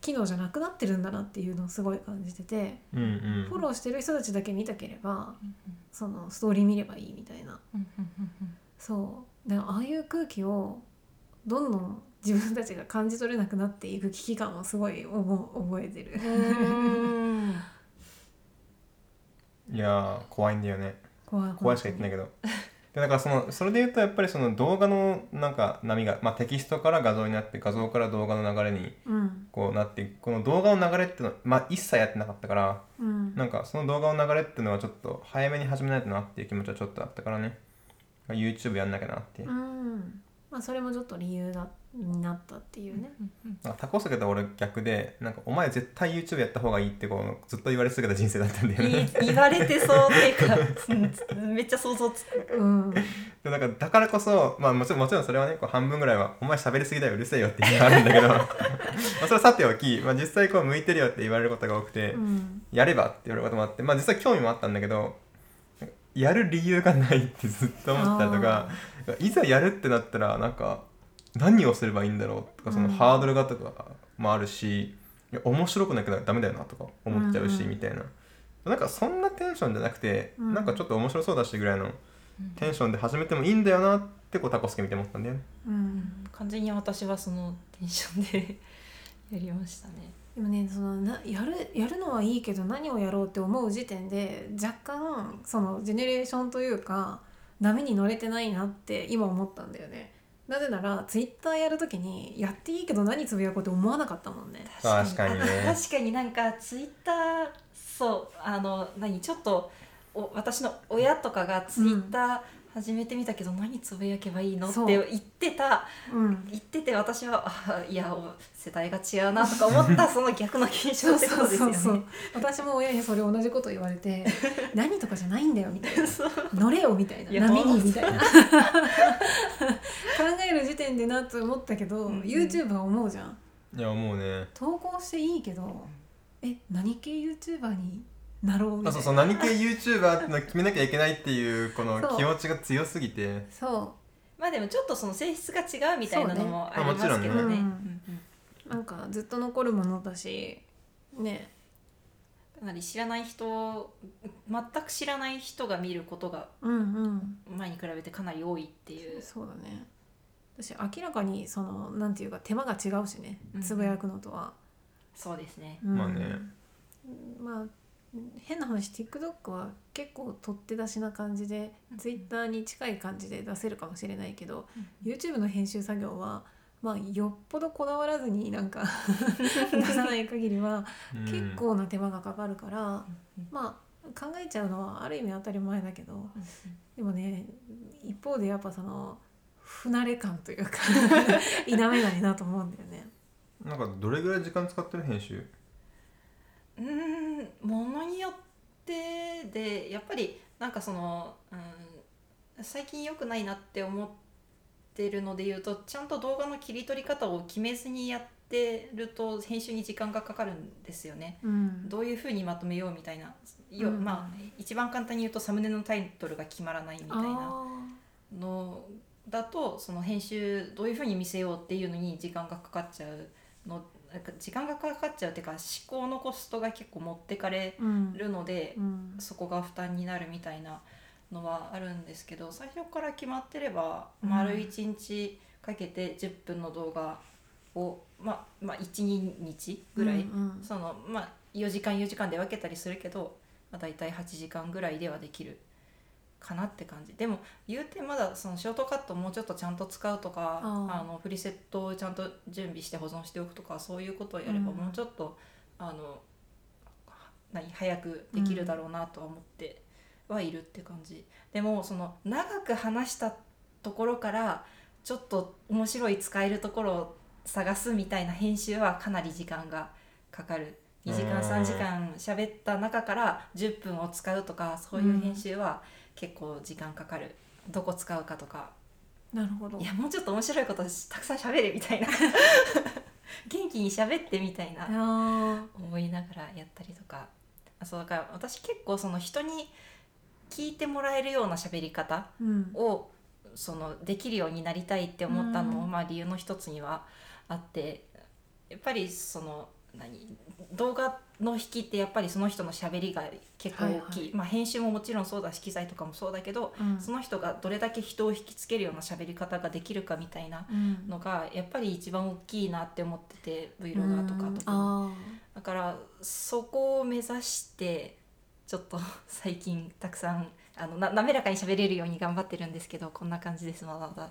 Speaker 2: 機能じゃなくなってるんだなっていうのをすごい感じてて。
Speaker 1: うんうん
Speaker 2: フォローしてる人たちだけ見たければそのストーリー見ればいいみたいなそうでああいう空気をどんどん自分たちが感じ取れなくなっていく危機感をすごい思う覚えてる
Speaker 3: うん
Speaker 1: いやー怖いんだよね
Speaker 2: 怖い
Speaker 1: 怖いしか言ってないけどでだからそのそれで言うとやっぱりその動画のなんか波が、まあ、テキストから画像になって画像から動画の流れに
Speaker 2: うん
Speaker 1: こうなっていくこの動画の流れっていうのは、まあ、一切やってなかったから
Speaker 2: うん
Speaker 1: なんかその動画の流れっていうのはちょっと早めに始めないとなっていう気持ちはちょっとあったからね YouTube やんなきゃなっていう、
Speaker 2: うんまあそれもちょっと理由だになったってい うね
Speaker 1: なんかタコスけど俺逆でなんかお前絶対 YouTube やった方がいいってこうずっと言われ続けた人生だったんだよね
Speaker 3: い言われてそうっていうか うんめっちゃ想像つく
Speaker 2: う ん
Speaker 1: でもなんかだからこそ、まあ、もちろんもちろんそれはねこう半分ぐらいは「お前喋りすぎだようるせえよ」って言われるんだけど まあそれはさておき、まあ、実際こう向いてるよって言われることが多くて、
Speaker 2: うん
Speaker 1: やればって言われることもあって、まあ、実際興味もあったんだけどやる理由がないってずっと 思ったりとかいざやるってなったらなんか何をすればいいんだろうとかその
Speaker 2: うん
Speaker 1: ハードルがとかもあるし、いや面白くなきゃダメだよなとか思っちゃうし、
Speaker 2: うんうん
Speaker 1: みたいななんかそんなテンションじゃなくて、
Speaker 2: うん
Speaker 1: なんかちょっと面白そうだしぐらいのテンションで始めてもいいんだよなってこうタコスケ見て思ったんだよね。
Speaker 2: うん
Speaker 3: 完全に私はそのテンションでやりましたね
Speaker 2: でもねそのなやるやるのはいいけど何をやろうって思う時点で若干そのジェネレーションというか波に乗れてないなって今思ったんだよねなぜならツイッターやるときにやっていいけど何つぶやこうって思わなかったもんね
Speaker 1: 確かにね
Speaker 3: あ確かになんかツイッターそうあの何ちょっとお私の親とかがツイッター始めてみたけど何つぶやけばいいのっ
Speaker 2: そう
Speaker 3: て言ってた
Speaker 2: うん
Speaker 3: 言ってて私はあいやお世代が違うなとか思ったその逆の現
Speaker 2: そ
Speaker 3: 象
Speaker 2: う
Speaker 3: ってこ
Speaker 2: そう
Speaker 3: とですよ
Speaker 2: そうそう
Speaker 3: ね。
Speaker 2: 私も親にそれ同じこと言われ て何とかじゃないんだよみたいな
Speaker 3: そう
Speaker 2: 乗れよみたい
Speaker 3: い
Speaker 2: な
Speaker 3: や
Speaker 2: 波にみたいな 考える時点でなと思ったけど、
Speaker 3: うん
Speaker 2: YouTube は思うじゃん
Speaker 1: いやもうね
Speaker 2: 投稿していいけどえ何系 YouTuber になろうみた
Speaker 1: あ
Speaker 2: いな
Speaker 1: そうそう何系 YouTuber ってのを決めなきゃいけないっていうこの
Speaker 2: そう
Speaker 1: 気持ちが強すぎて
Speaker 2: そ
Speaker 3: まあでもちょっとその性質が違うみたいなのもあ
Speaker 1: そう
Speaker 3: り
Speaker 1: ね
Speaker 3: ますけど
Speaker 2: まあ
Speaker 3: ね。
Speaker 2: もちろんね
Speaker 3: うんうん
Speaker 2: うなんかずっと残るものだしね
Speaker 3: かなり知らない人全く知らない人が見ることが
Speaker 2: うんうん
Speaker 3: 前に比べてかなり多いっていう。
Speaker 2: そうだね私明らかにそのなんていうか手間が違うしね
Speaker 3: うん
Speaker 2: つぶやくのとは、
Speaker 3: そうですね。
Speaker 2: うん
Speaker 1: まあね
Speaker 2: まあ変な話 TikTok は結構取って出しな感じで、
Speaker 3: うん
Speaker 2: Twitter に近い感じで出せるかもしれないけど、
Speaker 3: うん
Speaker 2: YouTube の編集作業はまあよっぽどこだわらずになんか出さない限りは
Speaker 1: うん
Speaker 2: 結構な手間がかかるから、
Speaker 3: うん
Speaker 2: まあ考えちゃうのはある意味当たり前だけど
Speaker 3: うん
Speaker 2: でもね一方でやっぱその不慣れ感というか否めないなと思うんだよね。
Speaker 1: なんかどれぐらい時間使ってる編集
Speaker 3: うーんものによってでやっぱりなんかその、うん、最近良くないなって思ってるので言うとちゃんと動画の切り取り方を決めずにやってると編集に時間がかかるんですよね。
Speaker 2: うん
Speaker 3: どういうふうにまとめようみたいな、よ
Speaker 2: うん
Speaker 3: まあ一番簡単に言うとサムネのタイトルが決まらないみたいなのだとその編集どういうふうに見せようっていうのに時間がかかっちゃうのなんか時間がかかっちゃうっていうか思考のコストが結構持ってかれ
Speaker 2: あーうん
Speaker 3: るので
Speaker 2: う、ん
Speaker 3: そこが負担になるみたいなのはあるんですけど最初から決まってれば
Speaker 2: うん
Speaker 3: 丸1日かけて10分の動画を、まあ、まあ12日ぐらい、
Speaker 2: うんうん
Speaker 3: そのまあ4時間4時間で分けたりするけど、まあ、大体8時間ぐらいではできるかなって感じでも言うてまだそのショートカットもうちょっとちゃんと使うとか
Speaker 2: あー
Speaker 3: あのプリセットをちゃんと準備して保存しておくとかそういうことをやれば
Speaker 2: うん
Speaker 3: もうちょっと、あの何早くできるだろうなとは思ってはいるって感じ、でもその長く話したところからちょっと面白い使えるところを探すみたいな編集はかなり時間がかかる2時間
Speaker 1: うん
Speaker 3: 3時間喋った中から10分を使うとかそういう編集は結構時間かかる、どこ使うかとか
Speaker 2: なるほど
Speaker 3: いやもうちょっと面白いことしたくさん喋れみたいな 元気に喋ってみたいな
Speaker 2: あ
Speaker 3: 思いながらやったりとかあそうだから私結構その人に聞いてもらえるような喋り方
Speaker 2: ーうん
Speaker 3: をそのできるようになりたいって思ったのも、
Speaker 2: うん
Speaker 3: まあ理由の一つにはあってやっぱりその何動画の引きってやっぱりその人の喋りが結構大きい、
Speaker 2: はいは
Speaker 3: まあ、編集ももちろんそうだし機材とかもそうだけど、
Speaker 2: うん
Speaker 3: その人がどれだけ人を引きつけるような喋り方ができるかみたいな
Speaker 2: うん
Speaker 3: のがやっぱり一番大きいなって思ってて Vlogger とか
Speaker 2: うん
Speaker 3: とか
Speaker 2: あ
Speaker 3: だからそこを目指してちょっと 最近たくさんあのな滑らかに喋れるように頑張ってるんですけどこんな感じですまだまだ。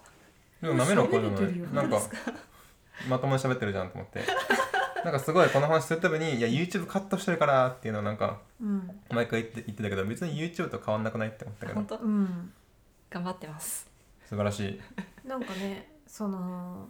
Speaker 1: でも滑らかじゃ
Speaker 2: 喋れてるよ
Speaker 1: ないなんかまともに喋ってるじゃんと思って なんかすごいこの話するたびに「いや YouTube カットしてるから」っていうのはなんか
Speaker 2: ーうん
Speaker 1: 毎回言って言ってたけど別に YouTube と変わんなくないって思ったけど
Speaker 3: 本当
Speaker 2: うん
Speaker 3: 頑張ってます。
Speaker 1: 素晴らしい
Speaker 2: なんかねその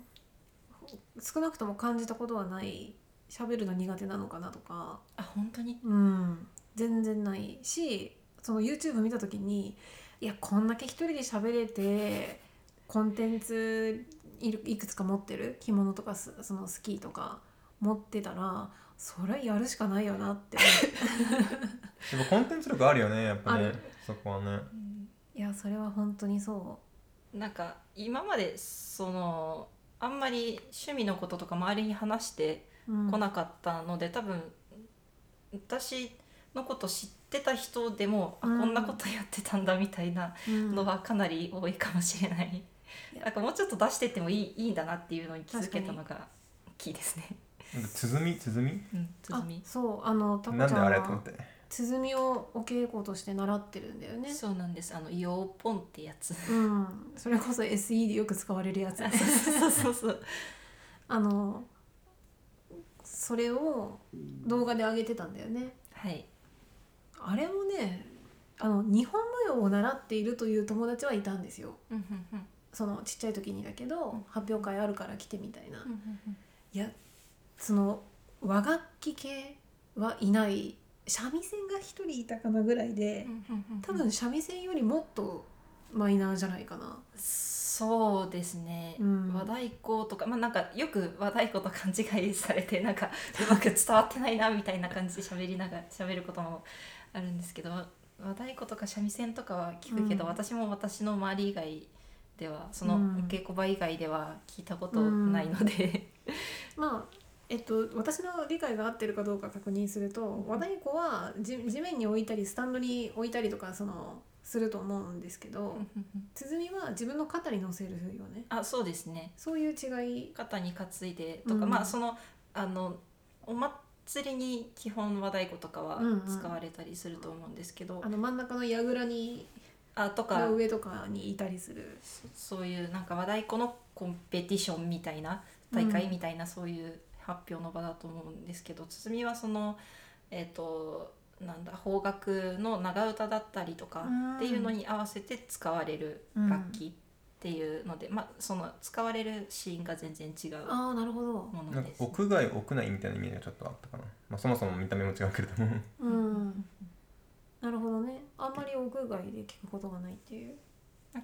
Speaker 2: 少なくとも感じたことはない喋るの苦手なのかなとか
Speaker 3: あ本当に。
Speaker 2: うん全然ないしその YouTube 見た時にいやこんだけ一人で喋れてコンテンツいるいくつか持ってる着物とかすそのスキーとか持ってたらそれやるしかないよなって思って
Speaker 1: でもコンテンツ力あるよねやっぱ
Speaker 2: あ
Speaker 1: ね
Speaker 2: る
Speaker 1: そこはね
Speaker 2: いやそれは本当にそ
Speaker 3: なんか今までそのあんまり趣味のこととか周りに話して
Speaker 2: う、うん、
Speaker 3: こなかったので、多分私のこと知ってた人でも、
Speaker 2: うん
Speaker 3: あこんなことやってたんだみたいな
Speaker 2: うん
Speaker 3: のはかなり多いかもしれない
Speaker 2: い。や
Speaker 3: なんかもうちょっと出してってもいいいいんだなっていうのに気づけたのが大きいですね。
Speaker 1: なんか鼓鼓
Speaker 3: うん、
Speaker 2: あ
Speaker 3: 鼓
Speaker 2: そうあのタコち
Speaker 1: な
Speaker 2: ゃ
Speaker 1: ん
Speaker 2: ん
Speaker 1: であれと思っ
Speaker 2: は
Speaker 1: て
Speaker 2: 鼓をお稽古として習ってるんだよね
Speaker 3: そうなんです。あのヨーポンってやつ。
Speaker 2: うんそれこそ SE でよく使われる やつ
Speaker 3: そうそうそうそう。
Speaker 2: あのそれを動画で上げてたんだよね
Speaker 3: はい。
Speaker 2: あれもねあの日本舞踊を習っているという友達はいたんですよ
Speaker 3: うんうん
Speaker 2: そのちっちゃい時にだけど、
Speaker 3: うん
Speaker 2: 発表会あるから来てみたいな、
Speaker 3: うんうんうん
Speaker 2: いやその和楽器系はいない三味線が一人いたかなぐらいで、
Speaker 3: うんうん
Speaker 2: 多分三味線よりもっとマイナーじゃないかな。
Speaker 3: そうですね、
Speaker 2: うん
Speaker 3: 和太鼓とかまあなんかよく和太鼓と勘違いされてなんかうまく伝わってないなみたいな感じで喋りながら 喋ることもあるんですけど和太鼓とか三味線とかは聞くけど、
Speaker 2: うん
Speaker 3: 私も私の周り以外ではそうの
Speaker 2: ん
Speaker 3: お稽古場以外では聞いたことないので、
Speaker 2: まあえっと、私の理解が合ってるかどうか確認すると、和太鼓は地地面に置いたりスタンドに置いたりとかそのすると思うんですけど、鼓は自分の肩に乗せるよね
Speaker 3: あそうですね
Speaker 2: そういう違い
Speaker 3: 肩に担いでとか、
Speaker 2: うん
Speaker 3: まあそのあのお祭りに基本和太鼓とかは使われたりすると思うんですけど、
Speaker 2: あの真ん中の櫓に
Speaker 3: あとか
Speaker 2: の上とかにいたりする
Speaker 3: そういうなんか和太鼓のコンペティションみたいな大会みたいなそういう発表の場だと思うんですけど、鼓はそのえっ、となんだ邦楽の長唄だったりとか
Speaker 2: うん
Speaker 3: っていうのに合わせて使われる楽器っていうので、まあその使われるシーンが全然違う
Speaker 2: ああなるほど、
Speaker 3: も
Speaker 1: な
Speaker 3: の
Speaker 1: んか
Speaker 3: です。
Speaker 1: 屋外屋内みたいな意味がちょっとあったかな、まあ、そもそも見た目も違うけれども
Speaker 2: うん、なるほどねあんまり屋外で聞くことがないっていう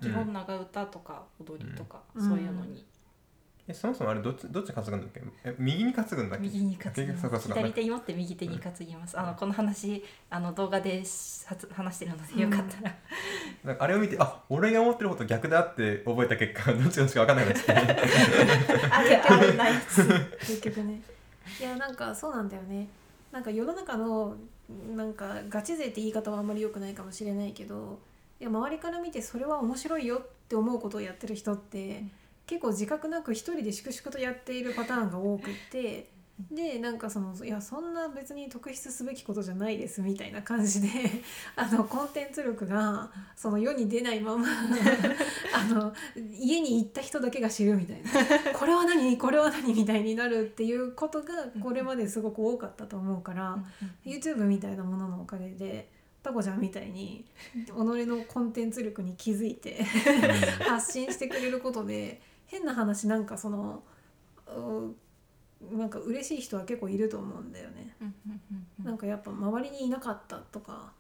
Speaker 3: 基本長唄とか踊りとか、
Speaker 2: うん
Speaker 3: そういうのに
Speaker 1: えそもそもあれどっちどっち担ぐんだっけえ右に担ぐんだっけ
Speaker 3: 右に担ぎま
Speaker 1: そうか
Speaker 3: す
Speaker 1: そうか
Speaker 3: 左手に持って右手に担ぎます、あのこの話あの動画でし話してるの
Speaker 2: うん
Speaker 3: でよかったら、
Speaker 1: なんかあれを見てあ俺が思ってること逆だって覚えた結果 どっちがどっちか分かんなくなっちゃって
Speaker 3: あれあれない
Speaker 2: 結局ねいやなんかそうなんだよねなんか世の中のなんかガチ勢って言い方はあんまり良くないかもしれないけどいや周りから見てそれは面白いよって思うことをやってる人って結構自覚なく一人で粛々とやっているパターンが多くってでなんかそのいやそんな別に特筆すべきことじゃないですみたいな感じで あのコンテンツ力がその世に出ないまま あの家に行った人だけが知るみたいなこれは何これは何みたいになるっていうことがこれまですごく多かったと思うから、YouTube みたいなもののおかげでタコちゃんみたいに己のコンテンツ力に気づいて 発信してくれることで変な話なんかそのうなんか嬉しい人は結構いると思うんだよね。なんかやっぱ周りにいなかったとか、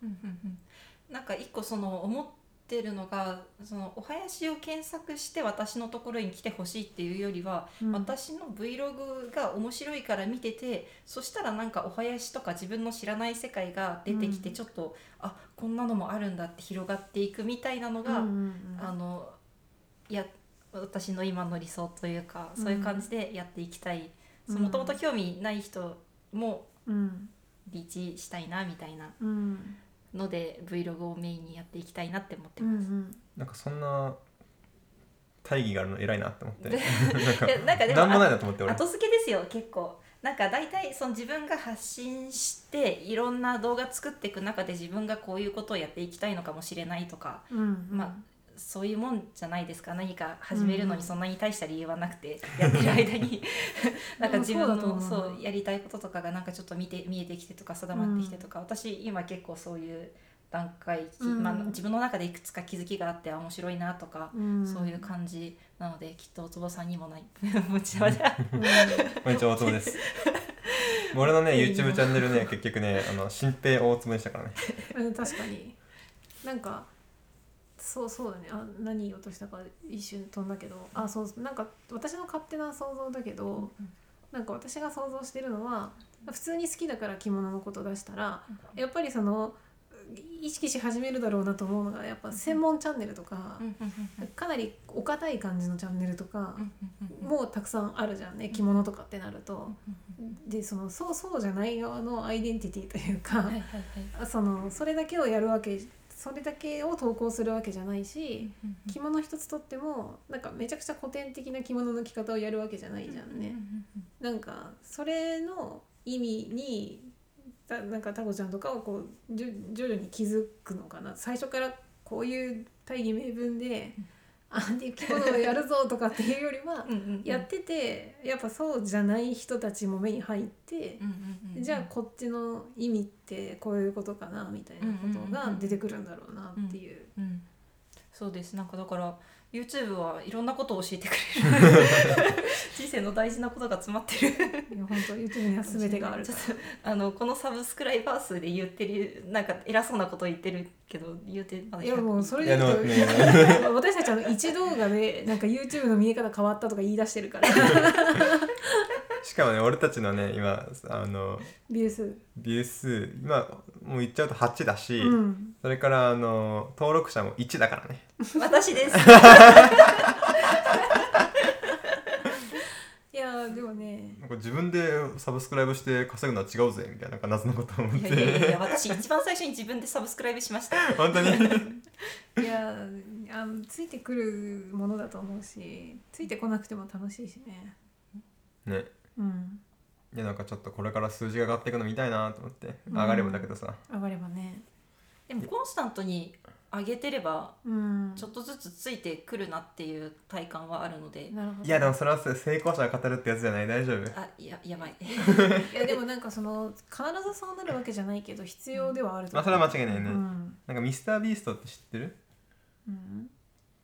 Speaker 3: なんか一個その思ってるのがそのお囃子を検索して私のところに来てほしいっていうよりは、
Speaker 2: うん
Speaker 3: 私の Vlog が面白いから見ててそしたらなんかお囃子とか自分の知らない世界が出てきて
Speaker 2: うん
Speaker 3: ちょっと、あこんなのもあるんだって広がっていくみたいなのが、
Speaker 2: うんうんうん
Speaker 3: あのいや私の今の理想というかそういう感じでやっていきたい
Speaker 2: うん
Speaker 3: もともと興味ない人も
Speaker 2: うん
Speaker 3: リーチしたいなみたいな
Speaker 2: うん
Speaker 3: ので Vlog をメインにやっていきたいなって思って
Speaker 2: うんう
Speaker 3: ます。
Speaker 2: ん
Speaker 1: なんかそんな大義があるの偉いなって思って
Speaker 3: で
Speaker 1: なん
Speaker 3: いやなんかでも
Speaker 1: なんもないなと思って俺
Speaker 3: 後付けですよ結構なんか大体その自分が発信していろんな動画作っていく中で自分がこういうことをやっていきたいのかもしれないとか
Speaker 2: うん
Speaker 3: まあそういうもんじゃないですか何か始めるのにそんなに大した理由はなくて、やってる間になんか自分
Speaker 2: うんそうだと
Speaker 3: の
Speaker 2: 思う
Speaker 3: そうやりたいこととかがなんかちょっと見て見えてきてとか定まってきてとか、私今結構そういう段階、き
Speaker 2: うん
Speaker 3: まあ、自分の中でいくつか気づきがあってあ面白いなとか、
Speaker 2: うん
Speaker 3: そういう感じなのできっとおつぼさんにもない持ち合わせ
Speaker 1: こんにちは大坪ですもう俺のね
Speaker 3: いいな
Speaker 1: YouTube チャンネルね結局ねあの新平大坪でしたからね
Speaker 2: うん、確かになんかそうそうだねあ何言おうとしたか一瞬飛んだけどあそうなんか私の勝手な想像だけど、なんか私が想像してるのは普通に好きだから着物のこと出したらやっぱりその意識し始めるだろうなと思うのがやっぱ専門チャンネルとか、かなりお堅い感じのチャンネルとか、もうたくさんあるじゃんね着物とかってなると。でそのそうそうじゃない側のアイデンティティというか、
Speaker 3: はいはいはい
Speaker 2: そのそれだけをやるわけそれだけを投稿するわけじゃないし着物一つとってもなんかめちゃくちゃ古典的な着物の着方をやるわけじゃないじゃんね。なんかそれの意味にたなんかタコちゃんとかをこうじゅ徐々に気づくのかな最初からこういう大義名分であできることをやるぞとかっていうよりは
Speaker 3: うんうんうん
Speaker 2: やっててやっぱそうじゃない人たちも目に入って
Speaker 3: う、んうんうんうん
Speaker 2: じゃあこっちの意味ってこういうことかなみたいなことが出てくるんだろうなっていう。
Speaker 3: うん、そうですなんかだから YouTube はいろんなことを教えてく れる人生の大事なことが詰まってる
Speaker 2: いや本当 YouTube には全てがある
Speaker 3: ちょっとあのこのサブスクライバー数で言ってるなんか偉そうなこと言ってるけど言うてまだ
Speaker 2: いやもうそれ
Speaker 1: い
Speaker 2: で
Speaker 1: やで
Speaker 2: 言
Speaker 1: も
Speaker 2: うと、
Speaker 1: ね
Speaker 2: 私たちあの一動画でなんか YouTube の見え方変わったとか言い出して るから
Speaker 1: しかもね俺たちのね今あの
Speaker 2: ビュー数、
Speaker 1: ビュー数今もう言っちゃうと8だし、
Speaker 2: うん、
Speaker 1: それからあの登録者も1だからね
Speaker 3: 私です
Speaker 2: いやでもね
Speaker 1: なんか自分でサブスクライブして稼ぐのは違うぜみたいななんか謎のことを思っ
Speaker 3: いやいやい
Speaker 1: て
Speaker 3: や私一番最初に自分でサブスクライブしました
Speaker 1: 本当に
Speaker 2: いやあのついてくるものだと思うしついてこなくても楽しいしね
Speaker 1: ね
Speaker 2: うん
Speaker 1: いやなんかちょっとこれから数字が上がっていくの見たいなと思って上がればだけどさ、
Speaker 2: 上がればね
Speaker 3: でもコンスタントに上げてれば
Speaker 2: うん
Speaker 3: ちょっとずつついてくるなっていう体感はあるので
Speaker 2: なるほど
Speaker 1: いやでもそれは成功者が語るってやつじゃない大丈夫
Speaker 3: あややばい
Speaker 2: いやでもなんかその必ずそうなるわけじゃないけど必要ではあると
Speaker 1: まあそれは間違いないね、
Speaker 2: うん
Speaker 1: なんかミスタービーストって知ってる
Speaker 2: うん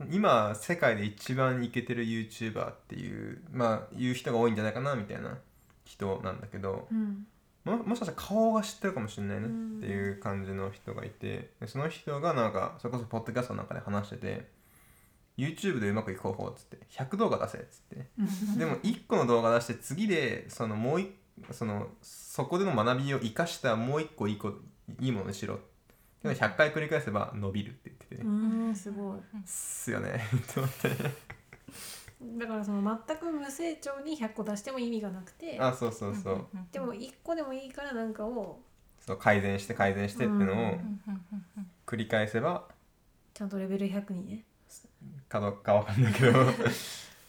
Speaker 1: 今世界で一番イケてる YouTuber っていうまあいう人が多いんじゃないかなみたいな人なんだけど
Speaker 2: うん
Speaker 1: ももしかしたら顔が知ってるかもしれないね
Speaker 2: うん
Speaker 1: っていう感じの人がいてでその人がなんかそれこそポッドキャストなんかで話してて YouTube でうまくいく方法っつって100動画出せっつってでも1個の動画出して次でそのもういそのそこでの学びを生かしたもう1個いいこいいものにしろでも100回繰り返せば伸びるって言ってて、
Speaker 2: うんすごい
Speaker 1: っすよね と思って
Speaker 2: だからその全く無成長に100個出しても意味がなくて
Speaker 1: あそうそうそう、
Speaker 2: でも1個でもいいからなんかを
Speaker 1: そう改善して改善してっての
Speaker 2: う
Speaker 1: を
Speaker 2: ん
Speaker 1: 繰り返せば
Speaker 2: ちゃんとレベル100にね
Speaker 1: かどうかわかんないけど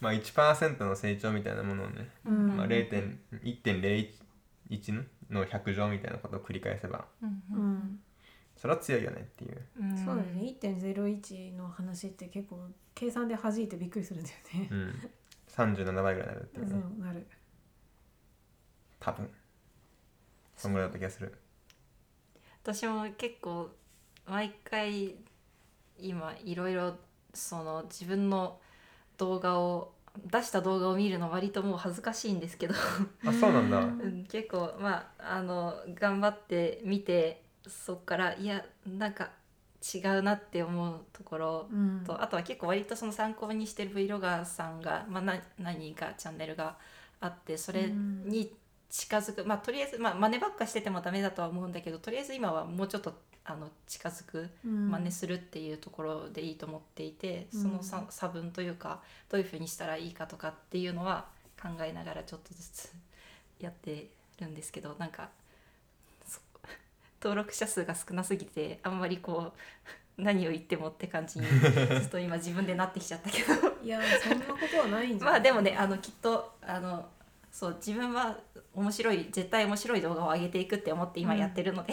Speaker 1: まあ1%の成長みたいなものをね、
Speaker 2: うん
Speaker 1: まあ、0.1 1.01の100乗みたいなことを繰り返せば
Speaker 2: うん
Speaker 1: それは強いよねっていう
Speaker 2: そうだよね1.01の話って結構計算で弾いてびっくりするんだよね
Speaker 1: う、ん37倍ぐらいになるっていう
Speaker 2: そ
Speaker 1: ね
Speaker 2: うなる
Speaker 1: 多分そんぐらいだった気がする
Speaker 3: 私も結構毎回今いろいろその自分の動画を出した動画を見るの割ともう恥ずかしいんですけど、
Speaker 1: あそうなんだ
Speaker 2: うん
Speaker 3: うん、 結構まああの頑張って見てそっからいやなんか違うなって思うところ
Speaker 2: うん
Speaker 3: とあとは結構割とその参考にしてる Vlogger さんが、まあ、な何かチャンネルがあってそれに近づく、まあとりあえず、まあ、真似ばっかしててもダメだとは思うんだけどとりあえず今はもうちょっとあの近づく
Speaker 2: うん
Speaker 3: 真似するっていうところでいいと思っていて、
Speaker 2: うん
Speaker 3: その差差分というかどういうふうにしたらいいかとかっていうのは考えながらちょっとずつやってるんですけどなんかそ 登録者数が少なすぎてあんまりこう何を言ってもって 感じにちょっと今自分でなってきちゃったけど
Speaker 2: いやそんなことはないんじゃ
Speaker 3: ま
Speaker 2: な
Speaker 3: あ
Speaker 2: い
Speaker 3: でもねあのきっとあのそう自分は面白い絶対面白い動画を上げていくって思って今やってるので、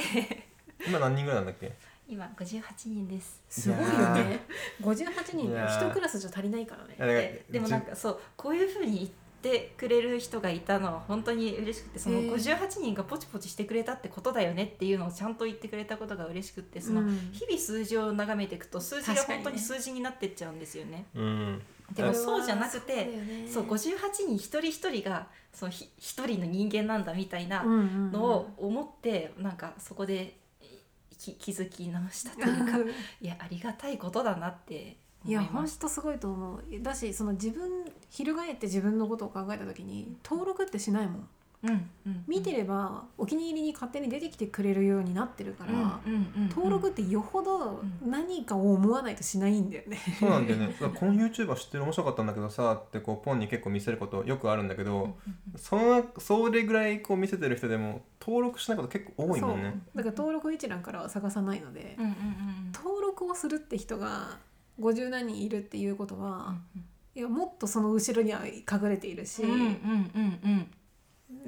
Speaker 1: 今何人ぐらいなんだっけ
Speaker 3: 今58人です。
Speaker 2: すごいよね58人
Speaker 1: いやー
Speaker 2: 1クラスじゃ足りないからね
Speaker 1: いやだから
Speaker 3: ででもなんかそうこういうふうに言ってくれる人がいたのは本当に嬉しくてその
Speaker 2: へー
Speaker 3: 58人がポチポチしてくれたってことだよねっていうのをちゃんと言ってくれたことが嬉しくってその、
Speaker 2: うん
Speaker 3: 日々数字を眺めていくと数字が
Speaker 2: 確かにね
Speaker 3: 本当に数字になってっちゃうんですよね。
Speaker 1: うん
Speaker 3: でもそうじゃなくてそう
Speaker 2: ご
Speaker 3: 58人一人一人がそのひ一人の人間なんだみたいなの
Speaker 2: の
Speaker 3: を思って、なんかそこでき気づき直したというかいやありがたいことだなって
Speaker 2: い
Speaker 3: 思い
Speaker 2: や
Speaker 3: ま
Speaker 2: 本
Speaker 3: し
Speaker 2: 当すごいと思うだしその自分翻って自分のことを考えた時に登録ってしないもん
Speaker 3: た。うんうん
Speaker 2: 見てればお気に入りに勝手に出てきてくれるようになってるから、
Speaker 3: うんうんうんうん
Speaker 2: 登録ってよほど何かを思わないとしないんだよね。
Speaker 1: そうなんだよ ねだからこの YouTuber 知ってる面白かったんだけどさってこうポンに結構見せることよくあるんだけどそのそれぐらいこう見せてる人でも登録しないこと結構多いもんね
Speaker 2: だから登録一覧からは探さないので、
Speaker 3: うんうん
Speaker 2: 登録をするって人が50何人いるっていうこと
Speaker 3: うん
Speaker 2: は、いやもっとその後ろには隠れているし、
Speaker 3: うんうんうんうん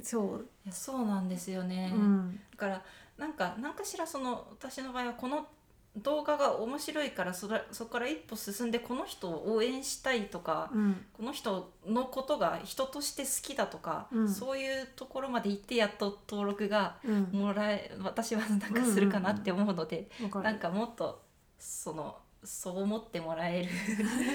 Speaker 2: そう、
Speaker 3: いやそうなんですよね、
Speaker 2: うん
Speaker 3: だからなんか何かしらその私の場合はこの動画が面白いからそらそこから一歩進んでこの人を応援したいとか、
Speaker 2: うん
Speaker 3: この人のことが人として好きだとか、
Speaker 2: うん
Speaker 3: そういうところまで行ってやっと登録が
Speaker 2: うん
Speaker 3: もらえ私はなんかするかなって思うので、
Speaker 2: わかる
Speaker 3: なんかもっとそのそう思ってもら える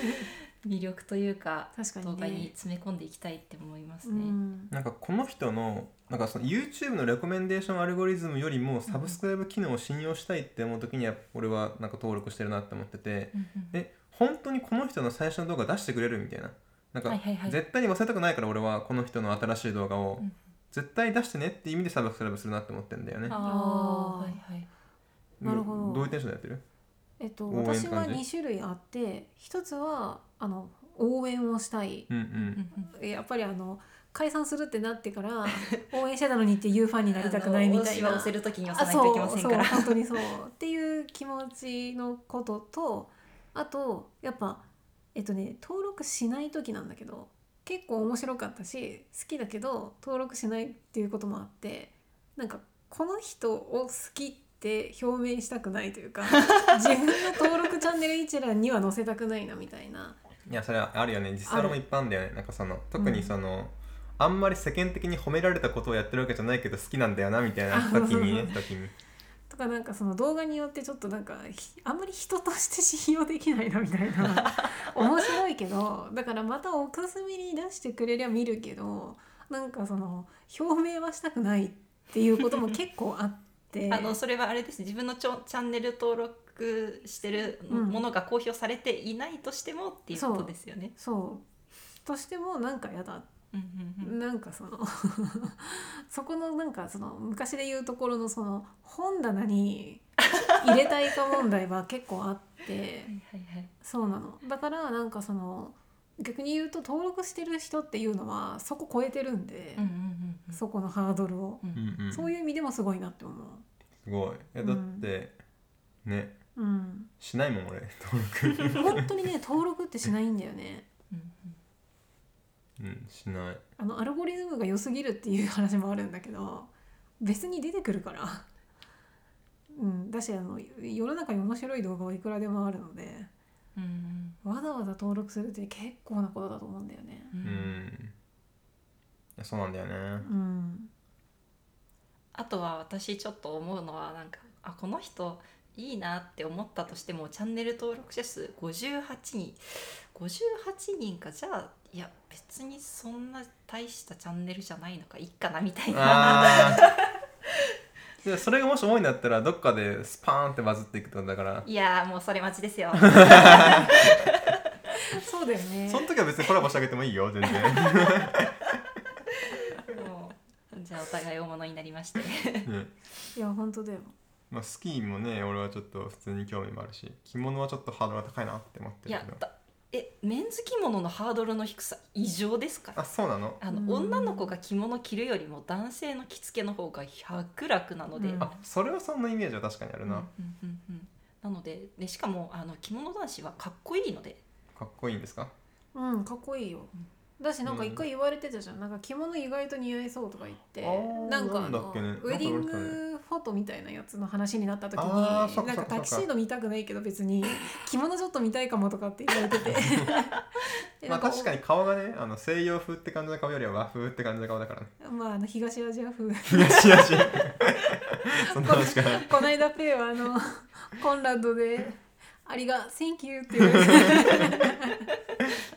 Speaker 3: 魅力というか
Speaker 2: 確かにね
Speaker 3: 動画に詰め込んでいきたいって思います
Speaker 2: う
Speaker 3: ね。
Speaker 2: ん、
Speaker 1: なんかこの人のなんかその YouTube のレコメンデーションアルゴリズムよりもサブスクライブ機能を信用したいって思う時には俺はなんか登録してるなって思ってて
Speaker 3: うんうん
Speaker 1: え本当にこの人の最初の動画出してくれるみたいななんか
Speaker 3: はいはいはい
Speaker 1: 絶対に忘れたくないから俺はこの人の新しい動画を
Speaker 3: うん
Speaker 1: 絶対出してねって意味でサブスクライブするなって思ってんだよね
Speaker 3: あー
Speaker 2: あー
Speaker 3: はいはい
Speaker 2: なるほど
Speaker 1: どういうテンションでやってる
Speaker 2: えっと
Speaker 1: 応援感じ
Speaker 2: 私は2種類あって一つはあの応援をしたい
Speaker 1: うんう
Speaker 3: うん
Speaker 1: ん
Speaker 3: うん
Speaker 2: やっぱりあの解散するってなってから 応援してたのにっていうファンになりたくないみたいな
Speaker 3: あの押しは押せる時に押
Speaker 2: あ
Speaker 3: さな
Speaker 2: そ
Speaker 3: いといけま
Speaker 2: う
Speaker 3: せん
Speaker 2: そ
Speaker 3: か
Speaker 2: う
Speaker 3: ら。
Speaker 2: 本当にそうっていう気持ちのこととあとやっぱえっとね登録しない時なんだけど結構面白かったし好きだけど登録しないっていうこともあってなんかこの人を好きって表明したくないという か自分の登録チャンネル一覧には載せたくないなみたいな。
Speaker 1: いやそれはあるよね実際俺も
Speaker 2: あ
Speaker 1: いっぱいあんだよねなんかその特にその、あんまり世間的に褒められたことをやってるわけじゃないけど好きなんだよなみたいな時にね時に
Speaker 2: とかなんかその動画によってちょっとなんかひあんまり人として信用できないなみたいな 面白いけどだからまたおかすみに出してくれりゃ見るけどなんかその表明はしたくないっていうことも結構あって
Speaker 3: あのそれはあれです自分のちょチャンネル登録してる
Speaker 2: うん
Speaker 3: ものが公表されていないとしてもっていうことですよね。
Speaker 2: そうとしてもなんかやだ
Speaker 3: うんうんうん
Speaker 2: なんかその そこのなんかその昔で言うところのその本棚に入れたいか問題は結構あって
Speaker 3: は。いはいはい
Speaker 2: そうなのだからなんかその逆に言うと登録してる人っていうのはそこ超えてるんで
Speaker 3: うん、うんうん
Speaker 2: そこのハードルを、
Speaker 3: うん
Speaker 1: うんうん、す
Speaker 2: そういう意味でもすごいなって思う
Speaker 1: ごいいやだって、ね
Speaker 2: うん
Speaker 1: しないもん俺登録
Speaker 2: 本当にね登録ってしないんだよね
Speaker 3: うん
Speaker 1: うんしない
Speaker 2: あのアルゴリズムが良すぎるっていう話もあるんだけど別に出てくるからうんだしあの世の中に面白い動画はいくらでもあるので
Speaker 3: うん
Speaker 2: わざわざ登録するって結構なことだと思うんだよね
Speaker 3: うんう
Speaker 1: うんん、いやそうなんだよね
Speaker 2: うん
Speaker 3: あとは私ちょっと思うのはなんかあこの人いいなって思ったとしてもチャンネル登録者数58人58人かじゃあいや別にそんな大したチャンネルじゃないのかいっかなみたいな。
Speaker 1: あーでそれがもし多いんだったらどっかでスパーンってバズっていくってことだから
Speaker 3: いやーもうそれ待ちですよ。
Speaker 2: そうだよね
Speaker 1: その時は別にコラボしてあげてもいいよ 全然
Speaker 3: もうじゃあお互い大物になりまして。
Speaker 1: ね
Speaker 2: いや本当だよ
Speaker 1: まあ、スキーもね俺はちょっと普通に興味もあるし着物はちょっとハードルが高いなって思っ
Speaker 3: い
Speaker 1: てる
Speaker 3: や
Speaker 1: けど
Speaker 3: だえメンズ着物のハードルの低さ異常ですから
Speaker 1: あそうなの
Speaker 3: あ
Speaker 2: うん
Speaker 3: の女の子が着物着るよりも男性の着付けの方が100楽なので、
Speaker 2: うん
Speaker 1: あそれはそんなイメージは確かにある
Speaker 3: うんう
Speaker 1: な、
Speaker 3: んうんうんなのででしかもあの着物男子はかっこいいので
Speaker 1: かっこいいんですか
Speaker 2: うんかっこいいよだしなんか一回言われてたじゃんなんか着物意外と似合いそうとか言って
Speaker 1: あー
Speaker 2: なんかあ
Speaker 1: なんだっ
Speaker 2: の
Speaker 1: けね
Speaker 2: ウェディン
Speaker 1: なんか言われて
Speaker 2: グフォトみたいなやつの話になった時に
Speaker 1: あーそっか
Speaker 2: なん
Speaker 1: そ
Speaker 2: か
Speaker 1: っか
Speaker 2: タキシード見たくないけど別に着物ちょっと見たいかもとかって言われててで
Speaker 1: まあ
Speaker 2: なんか
Speaker 1: 確かに顔がねあの西洋風って感じの顔よりは和風って感じの顔だからね
Speaker 2: まああの東アジア風
Speaker 1: 東アジア そんな話かな
Speaker 2: この間ペイは あのコンラドで「ありが Thank you」っていう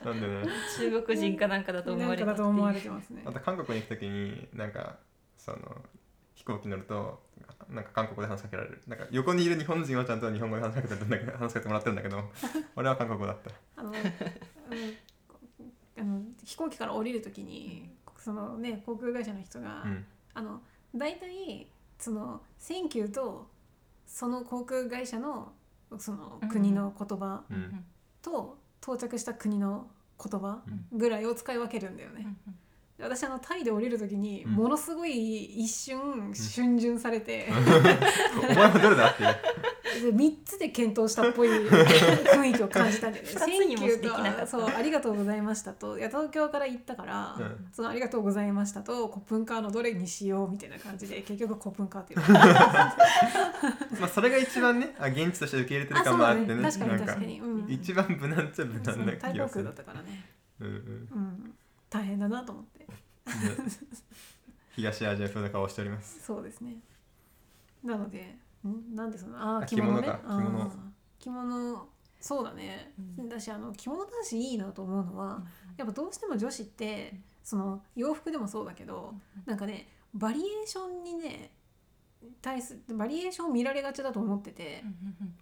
Speaker 1: なんでね
Speaker 3: 中国人かなんかだと思
Speaker 2: な
Speaker 3: わ
Speaker 2: ん
Speaker 3: れ
Speaker 2: かだと
Speaker 3: たっていう
Speaker 2: 思われてますね
Speaker 1: あと韓国に行く時になんかその飛行機乗るとなんか韓国で話しかけられるなんか横にいる日本人はちゃんと日本語で話しかけてるんだけど話しかけてもらってるんだけ ど俺は韓国語だった
Speaker 2: あのあのあの飛行機から降りるときにそのね航空会社の人が、
Speaker 1: うん
Speaker 2: あの大体その「Thank you」とその航空会社のその国の言葉
Speaker 1: う
Speaker 3: うん
Speaker 1: ん
Speaker 2: と到着した国の言葉
Speaker 1: うん
Speaker 2: ぐらいを使い分けるんだよね。私あのタイで降りる時に
Speaker 1: うん
Speaker 2: ものすごい一瞬逡巡されて、
Speaker 1: お前はどれだっていう
Speaker 2: 3つで検討したっぽい 雰囲気を感じたんだよね。
Speaker 3: 二つにもできなかった
Speaker 2: Thank you とそうありがとうございましたといや東京から行ったから、
Speaker 1: うん
Speaker 2: そのありがとうございましたとコプンカーのどれにしようみたいな感じで結局コプンカーっていう
Speaker 1: まあそれが一番ねあ現地として受け入れてる
Speaker 2: あそ
Speaker 1: 感
Speaker 2: う
Speaker 1: もあ
Speaker 2: だ
Speaker 1: ってね
Speaker 2: ね確 か
Speaker 1: なん
Speaker 2: に確
Speaker 1: か
Speaker 2: かに、うん、
Speaker 1: 一番無難っちゃ無難な
Speaker 2: 対
Speaker 1: 気が
Speaker 2: 抗
Speaker 1: す
Speaker 2: 空だ
Speaker 1: る
Speaker 2: ったからね、
Speaker 1: うんうんね
Speaker 2: うん、大変だなと思って
Speaker 1: 東アジア風な顔をしております
Speaker 2: そうですねなのでんなんでそのあー
Speaker 1: あ
Speaker 2: 着物ね
Speaker 1: 着物か着物
Speaker 2: あー着物そうだね、
Speaker 3: うん
Speaker 2: だしあの着物男子いいなと思うのは、やっぱどうしても女子ってその洋服でもそうだけど、なんかねバリエーションにね対すバリエーションを見られがちだと思ってて、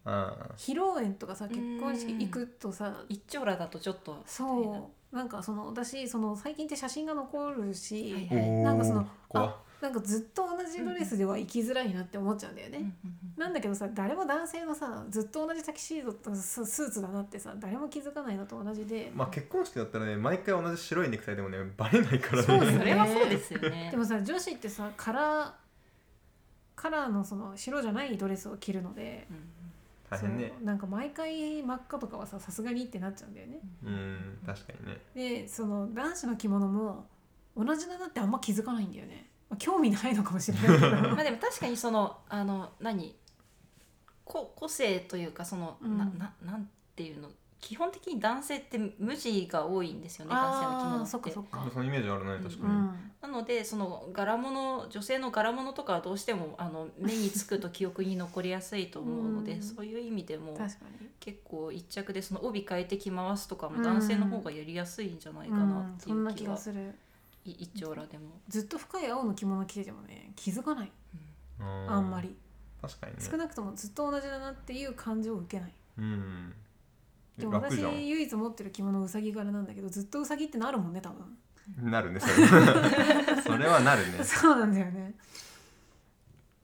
Speaker 1: あ
Speaker 2: 披露宴とかさ結婚式
Speaker 3: うん
Speaker 2: 行くとさ、
Speaker 3: 一丁羅だとちょっと
Speaker 2: そうなんかその私その最近って写真が残るし、
Speaker 3: はい
Speaker 1: あ
Speaker 3: お
Speaker 2: なんかその
Speaker 1: 怖っ
Speaker 2: なんかずっと同じドレスでは生きづらいなって思っちゃうんだよね。
Speaker 3: うんうん
Speaker 2: なんだけどさ誰も男性のさずっと同じタキシードとススーツだなってさ誰も気づかないのと同じで、
Speaker 1: まあ結婚式だったらね毎回同じ白いネクタイでもねバレないからね
Speaker 2: そうで
Speaker 3: う
Speaker 2: すね
Speaker 3: んそれはそうですよね
Speaker 2: でもさ女子ってさカラーカラーのその白じゃないドレスを着るので
Speaker 1: 大変ね
Speaker 2: そうなんか毎回真っ赤とかはささすがにってなっちゃうんだよね
Speaker 1: ううん確かにね
Speaker 2: でその男子の着物も同じだなってあんま気づかないんだよね、まあ興味ないのかもしれないけ ど
Speaker 3: まあでも確かにそのあの何こ個性というかその、
Speaker 2: うん
Speaker 3: なななんていうの基本的に男性って無地が多いんですよね男性の着
Speaker 2: あ
Speaker 3: 物
Speaker 2: あ
Speaker 3: って
Speaker 2: そっかそっか
Speaker 1: そのイメージあるね確
Speaker 2: う
Speaker 1: かに、
Speaker 2: ん
Speaker 3: なのでその柄物女性の柄物とかはどうしても あの目につくと記憶に残りやすいと思うので、
Speaker 2: うん
Speaker 3: そういう意味でも
Speaker 2: 確かに
Speaker 3: 結構一着でその帯変えて着回すとか
Speaker 2: う
Speaker 3: も
Speaker 2: ん
Speaker 3: 男性の方がやりやすいんじゃないかな
Speaker 2: うん
Speaker 3: って
Speaker 2: そ
Speaker 3: い
Speaker 2: んな
Speaker 3: う
Speaker 2: 気
Speaker 3: 気
Speaker 2: が
Speaker 3: が
Speaker 2: する
Speaker 3: い一丁羅でも。
Speaker 2: ずっと深い青の着物着ててもね気づかないあんまり
Speaker 1: 確かにね
Speaker 2: 少なくともずっと同じだなっていう感じを受けない
Speaker 1: うんえ
Speaker 2: でも
Speaker 1: 楽
Speaker 2: 私
Speaker 1: じゃん
Speaker 2: 唯一持ってる着物うさぎ柄なんだけどずっとうさぎってなるもんね多分
Speaker 1: なるねそれそれはなるね
Speaker 2: そうなんだよね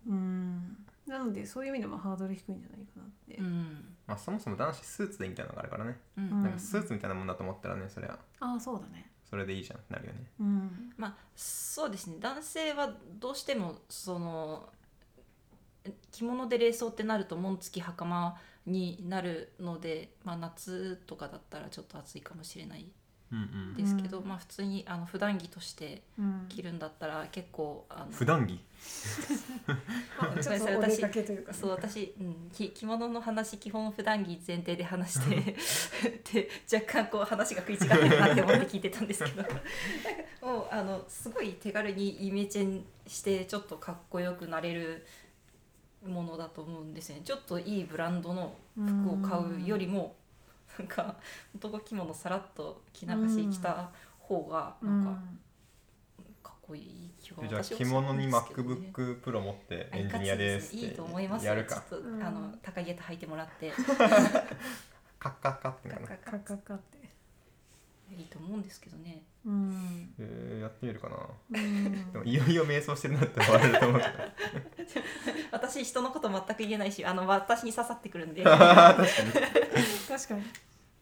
Speaker 2: うんなのでそういう意味でもハードル低いんじゃないかなって、
Speaker 3: うん
Speaker 1: まあそもそも男子スーツでいいみたいなのがあるからね、
Speaker 3: う
Speaker 2: うんん
Speaker 1: なんかスーツみたいなもんだと思ったらねそれは
Speaker 2: ああそうだね
Speaker 1: それでいいじゃんってなるよね
Speaker 2: うん
Speaker 3: まあそうですね男性はどうしてもその着物で礼装ってなると紋付き袴になるので、まあ、夏とかだったらちょっと暑いかもしれない
Speaker 1: うんうん
Speaker 3: ですけど、
Speaker 2: うん
Speaker 3: まあ普通にあの普段着として
Speaker 2: うん
Speaker 3: 着るんだったら結構あの
Speaker 1: 普段着
Speaker 2: まあちょっとお出かけというか
Speaker 3: そう私、うん、き着物の話基本普段着前提で話して で若干こう話が食い違ってるなって思って聞いてたんですけ どなんかもうあのすごい手軽にイメチェンしてちょっとかっこよくなれるものだと思うんですよねちょっといいブランドの服を買うよりもなんか男着物さらっと着流し着た方がなんかかっこいい気が
Speaker 1: えじゃあ
Speaker 3: 私は
Speaker 1: 着物に
Speaker 3: するんですけどね
Speaker 1: MacBook Pro 持って
Speaker 3: あ
Speaker 1: エンジニアです
Speaker 3: い
Speaker 1: って
Speaker 3: かついいと思いますよ
Speaker 1: やるか
Speaker 3: ちょっと、
Speaker 2: うん
Speaker 3: あの高いゲタ履いてもら って
Speaker 1: カッカッカってなる
Speaker 3: かっ
Speaker 2: カッカッカって
Speaker 3: いいと思うんですけどね
Speaker 2: うん、
Speaker 1: えー、やってみるかな
Speaker 2: うん
Speaker 1: でもいよいよ瞑想してるなって思われると 思うけど
Speaker 3: 私人のこと全く言えないしあの私に刺さってくる んで
Speaker 2: 確かに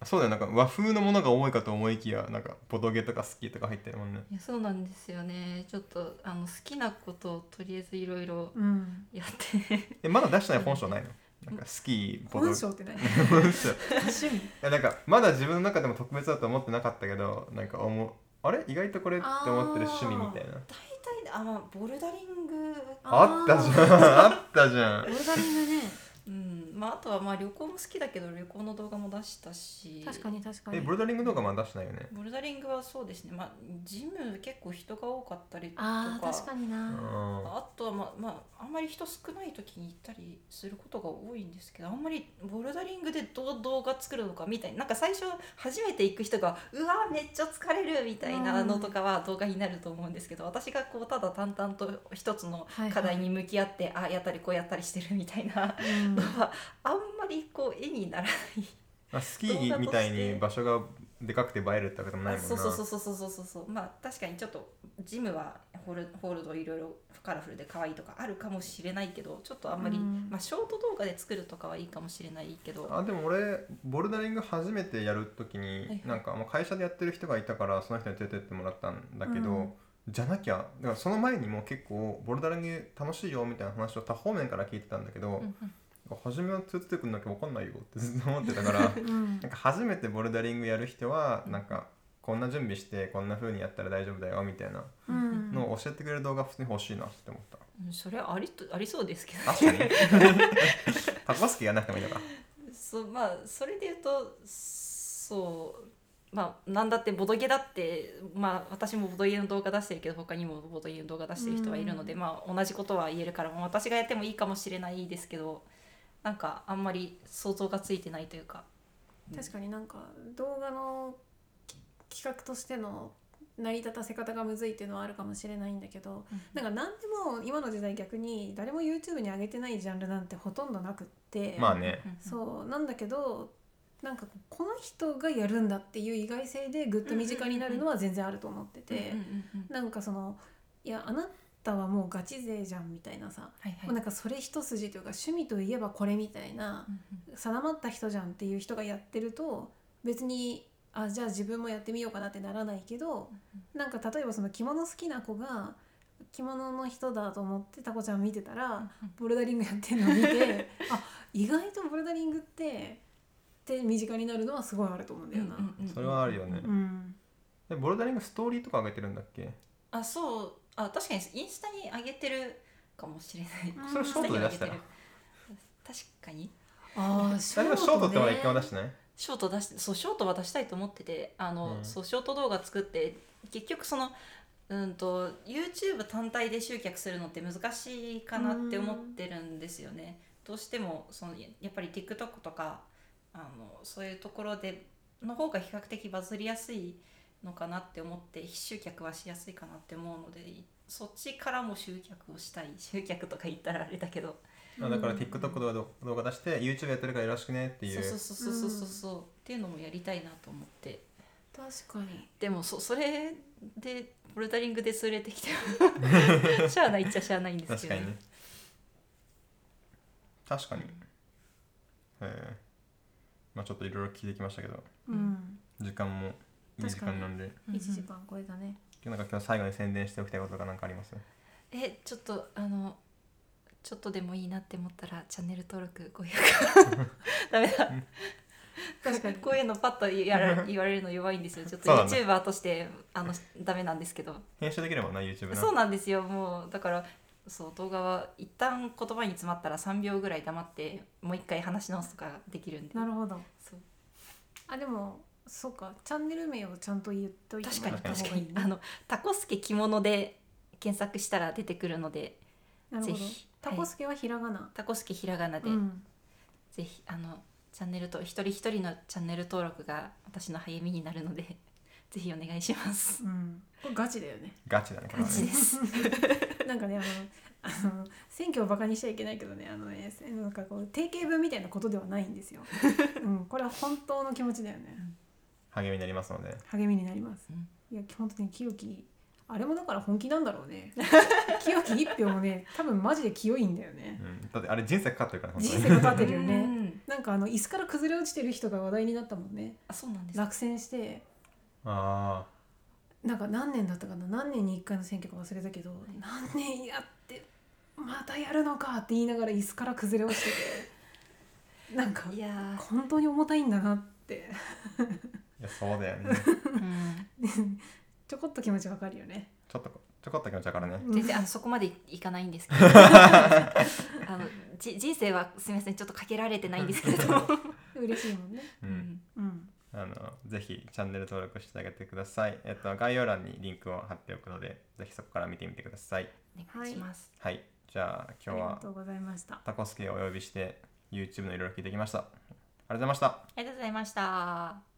Speaker 1: そうだよなんか和風のものが多いかと思いきやなんかボドゲとかスキーとか入ってるもんね
Speaker 3: いやそうなんですよねちょっとあの好きなことをとりあえずいろいろ
Speaker 2: うん
Speaker 3: やって
Speaker 1: えまだ出してない本性ないのなんかスキーボドゲ
Speaker 2: 本性って何
Speaker 1: 本性い
Speaker 2: 趣味
Speaker 1: やなんかまだ自分の中でも特別だと思ってなかったけどなんか思うあれ意外とこれって思ってる趣味みたいな
Speaker 3: 大 体あまあボルダリング
Speaker 1: あったじゃ
Speaker 2: ん
Speaker 1: んあったじゃん
Speaker 2: ボルダリングね
Speaker 3: うんまああとはまあ旅行も好きだけど旅行の動画も出したし
Speaker 2: 確かに確かに
Speaker 1: えボルダリング動画まだ出してないよね
Speaker 3: ボルダリングはそうですねまあジム結構人が多かったりと
Speaker 2: ああ
Speaker 3: か
Speaker 2: 確かに
Speaker 1: う
Speaker 2: な、
Speaker 1: ん
Speaker 3: あとはまあ、まあ、あんまり人少ない時に行ったりすることが多いんですけどあんまりボルダリングでどう動画作るのかみたいななんか最初初めて行く人が「うわめっちゃ疲れる」みたいなのとかは動画になると思うんですけど私がこうただ淡々と一つの
Speaker 2: はいはい
Speaker 3: 課題に向き合って、ああやったりこうやったりしてるみたいな
Speaker 2: うん
Speaker 3: のは あんまりこう絵にならない
Speaker 1: まあ、スキーみたいに場所がでかくて映えるってわけでもないもんな
Speaker 3: そうそうそうそうそうそうそうまあ確かにちょっとジムはホールホールドいろいろカラフルで可愛いとかあるかもしれないけどちょっとあんまり、
Speaker 2: うん
Speaker 3: まあショート動画で作るとかはいいかもしれないけど
Speaker 1: あでも俺ボルダリング初めてやる時に、
Speaker 3: いはい
Speaker 1: なんかまあ会社でやってる人がいたからその人に連れてってもらったんだけど、
Speaker 2: うん
Speaker 1: じゃなきゃだからその前にも結構ボルダリング楽しいよみたいな話を多方面から聞いてたんだけど、
Speaker 3: うんうん
Speaker 1: か初めは連れてくんなきゃ分かんないよってずっと 思ってたから
Speaker 2: うん
Speaker 1: なんか初めてボルダリングやる人はなんかこんな準備してこんな風にやったら大丈夫だよみたいな
Speaker 2: うん
Speaker 1: のを教えてくれる動画普通に欲しいなって思った
Speaker 3: うんそれありとありそうですけど、
Speaker 1: 確かにタコスケやんなくてもいいのか
Speaker 3: そうまあそれで言うとそうまあなんだってボドゲだってまあ私もボドゲの動画出してるけど他にもボドゲの動画出してる人はいるので、
Speaker 2: う
Speaker 3: まあ同じことは言えるからもう私がやってもいいかもしれないですけどなんかあんまり想像がついてないというか
Speaker 2: 確かになんか動画のき企画としての成り立たせ方がむずいっていうのはあるかもしれないんだけどなんか何でも今の時代逆に誰も YouTube に上げてないジャンルなんてほとんどなくって、
Speaker 1: まあね
Speaker 3: うん
Speaker 2: そうなんだけどなんかこの人がやるんだっていう意外性でぐっと身近になるのは全然あると思ってて、
Speaker 3: うんうんうんうん
Speaker 2: なんかそのいやあなたはもうガチ勢じゃんみたいなさ、
Speaker 3: はいはい
Speaker 2: もうなんかそれ一筋というか趣味といえばこれみたいな
Speaker 3: うんうん
Speaker 2: 定まった人じゃんっていう人がやってると別にあじゃあ自分もやってみようかなってならないけどなんか例えばその着物好きな子が着物の人だと思ってタコちゃん見てたらボルダリングやってるのを見 てあ意外とボルダリングってって身近になるのはすごいあると思うんだよな。
Speaker 3: うんうんうん
Speaker 1: それはあるよね
Speaker 2: うん
Speaker 1: でボルダリングストーリーとか上げてるんだっけ
Speaker 3: あそうあ確かにインスタに上げてるかもしれない
Speaker 2: うん
Speaker 1: それショートで出したら
Speaker 3: インスタに上げてる
Speaker 2: あーシ
Speaker 1: あれはショートってまだ一
Speaker 2: ね
Speaker 1: 回も出してない
Speaker 3: 確かにショート出してそうショートは出したいと思っててあの、
Speaker 1: うん
Speaker 3: そうショート動画作って結局そのうんと YouTube 単体で集客するのって難しいかなって思ってるんですよね。どうしてもそのややっぱり TikTok とかあのそういうところでの方が比較的バズりやすいのかなって思って集客はしやすいかなって思うのでそっちからも集客をしたい集客とか言ったらあれだけど
Speaker 1: あだから TikTok 動画ど動画出して YouTube やってるからよろしくねってい
Speaker 3: そう
Speaker 1: う
Speaker 3: そうそうそうそうそう、っていうのもやりたいなと思って
Speaker 2: 確かに
Speaker 3: でもそそれでボルダリングで連れてきて もしゃあないっちゃしゃあないんです
Speaker 1: 確
Speaker 3: け
Speaker 1: か
Speaker 3: ど
Speaker 1: にね確かにへえまあちょっといろいろ聞いてきましたけど
Speaker 2: うん
Speaker 1: 時間もいい時間なんで
Speaker 3: うん
Speaker 2: 1時間超えたね
Speaker 1: なんか今日最後に宣伝しておきたいことが何かあります
Speaker 3: えちょっとあのちょっとでもいいなって思ったらチャンネル登録ご 評価ダメだ
Speaker 2: 確 かに
Speaker 3: こういうのパッとやら言われるの弱いんですよちょっと
Speaker 1: そうなんだ
Speaker 3: YouTuber として、あのダメなんですけど
Speaker 1: 編集できればな YouTube
Speaker 3: そう
Speaker 1: の
Speaker 3: なんですよもうだからそう動画は一旦言葉に詰まったら3秒ぐらい黙ってもう一回話し直すとかできるんで
Speaker 2: なるほど
Speaker 3: そう
Speaker 2: あでもそうかチャンネル名をちゃんと言っといて
Speaker 3: 確
Speaker 2: も
Speaker 3: からに
Speaker 2: った
Speaker 3: 確
Speaker 2: 方
Speaker 3: か
Speaker 2: がいい
Speaker 3: にあのタコスケ着物で検索したら出てくるので
Speaker 2: なるほど
Speaker 3: ぜひ
Speaker 2: タコスケはひらがな、
Speaker 3: タコスケひらがなで、
Speaker 2: うん
Speaker 3: ぜひあのチャンネルと一人一人のチャンネル登録が私の励みになるので ぜひお願いします
Speaker 2: うん、これガチだよね
Speaker 1: ガチだねこれは
Speaker 3: ガチ
Speaker 1: ね
Speaker 3: です
Speaker 2: なんかねあのあの選挙をバカにしちゃいけないけどねあのねせなんかこう定型文みたいなことではないんです よ、うん、これは本当の気持ちだよね
Speaker 1: 励みになりますので
Speaker 2: 励みになります、
Speaker 3: うん
Speaker 2: いや本当に清きあれもだから本気なんだろう ね清き一票もね多分マジで清いんだよね
Speaker 1: うんだってあれ人生かかってるから本当
Speaker 2: 人
Speaker 1: に
Speaker 2: 生が立てるよ
Speaker 3: う
Speaker 2: ね
Speaker 3: ん
Speaker 2: なんかあの椅子から崩れ落ちてる人が話題になったもんね
Speaker 3: あそうなんです
Speaker 2: 落選して
Speaker 1: あ
Speaker 2: なんか何年だったかな何年に1回の選挙か忘れたけど何年やってまたやるのかって言いながら椅子から崩れ落ちて てなんか
Speaker 3: いや
Speaker 2: 本当に重たいんだなって
Speaker 1: あいやそうだよね
Speaker 3: ー、 うん
Speaker 2: ちょこっと気持ちわかるよね
Speaker 1: ちょっとちょこっと気持ちだからね
Speaker 3: 全然あのそこまでいいかないんで すけどあのじ人生はすみませんちょっとかけられてないんですけれども、
Speaker 2: 嬉しいもんね
Speaker 1: う
Speaker 3: うんん、
Speaker 2: うん
Speaker 1: あのぜひチャンネル登録してあげてくださいえっと概要欄にリンクを貼っておくのでぜひそこから見てみてください
Speaker 3: お願いします、
Speaker 1: はいじゃあ今日
Speaker 2: ありが
Speaker 1: は
Speaker 2: とうございました
Speaker 1: タコスケをお呼びして YouTube のいろいろ聞いてきましたありがとうございました
Speaker 3: ありがとうございました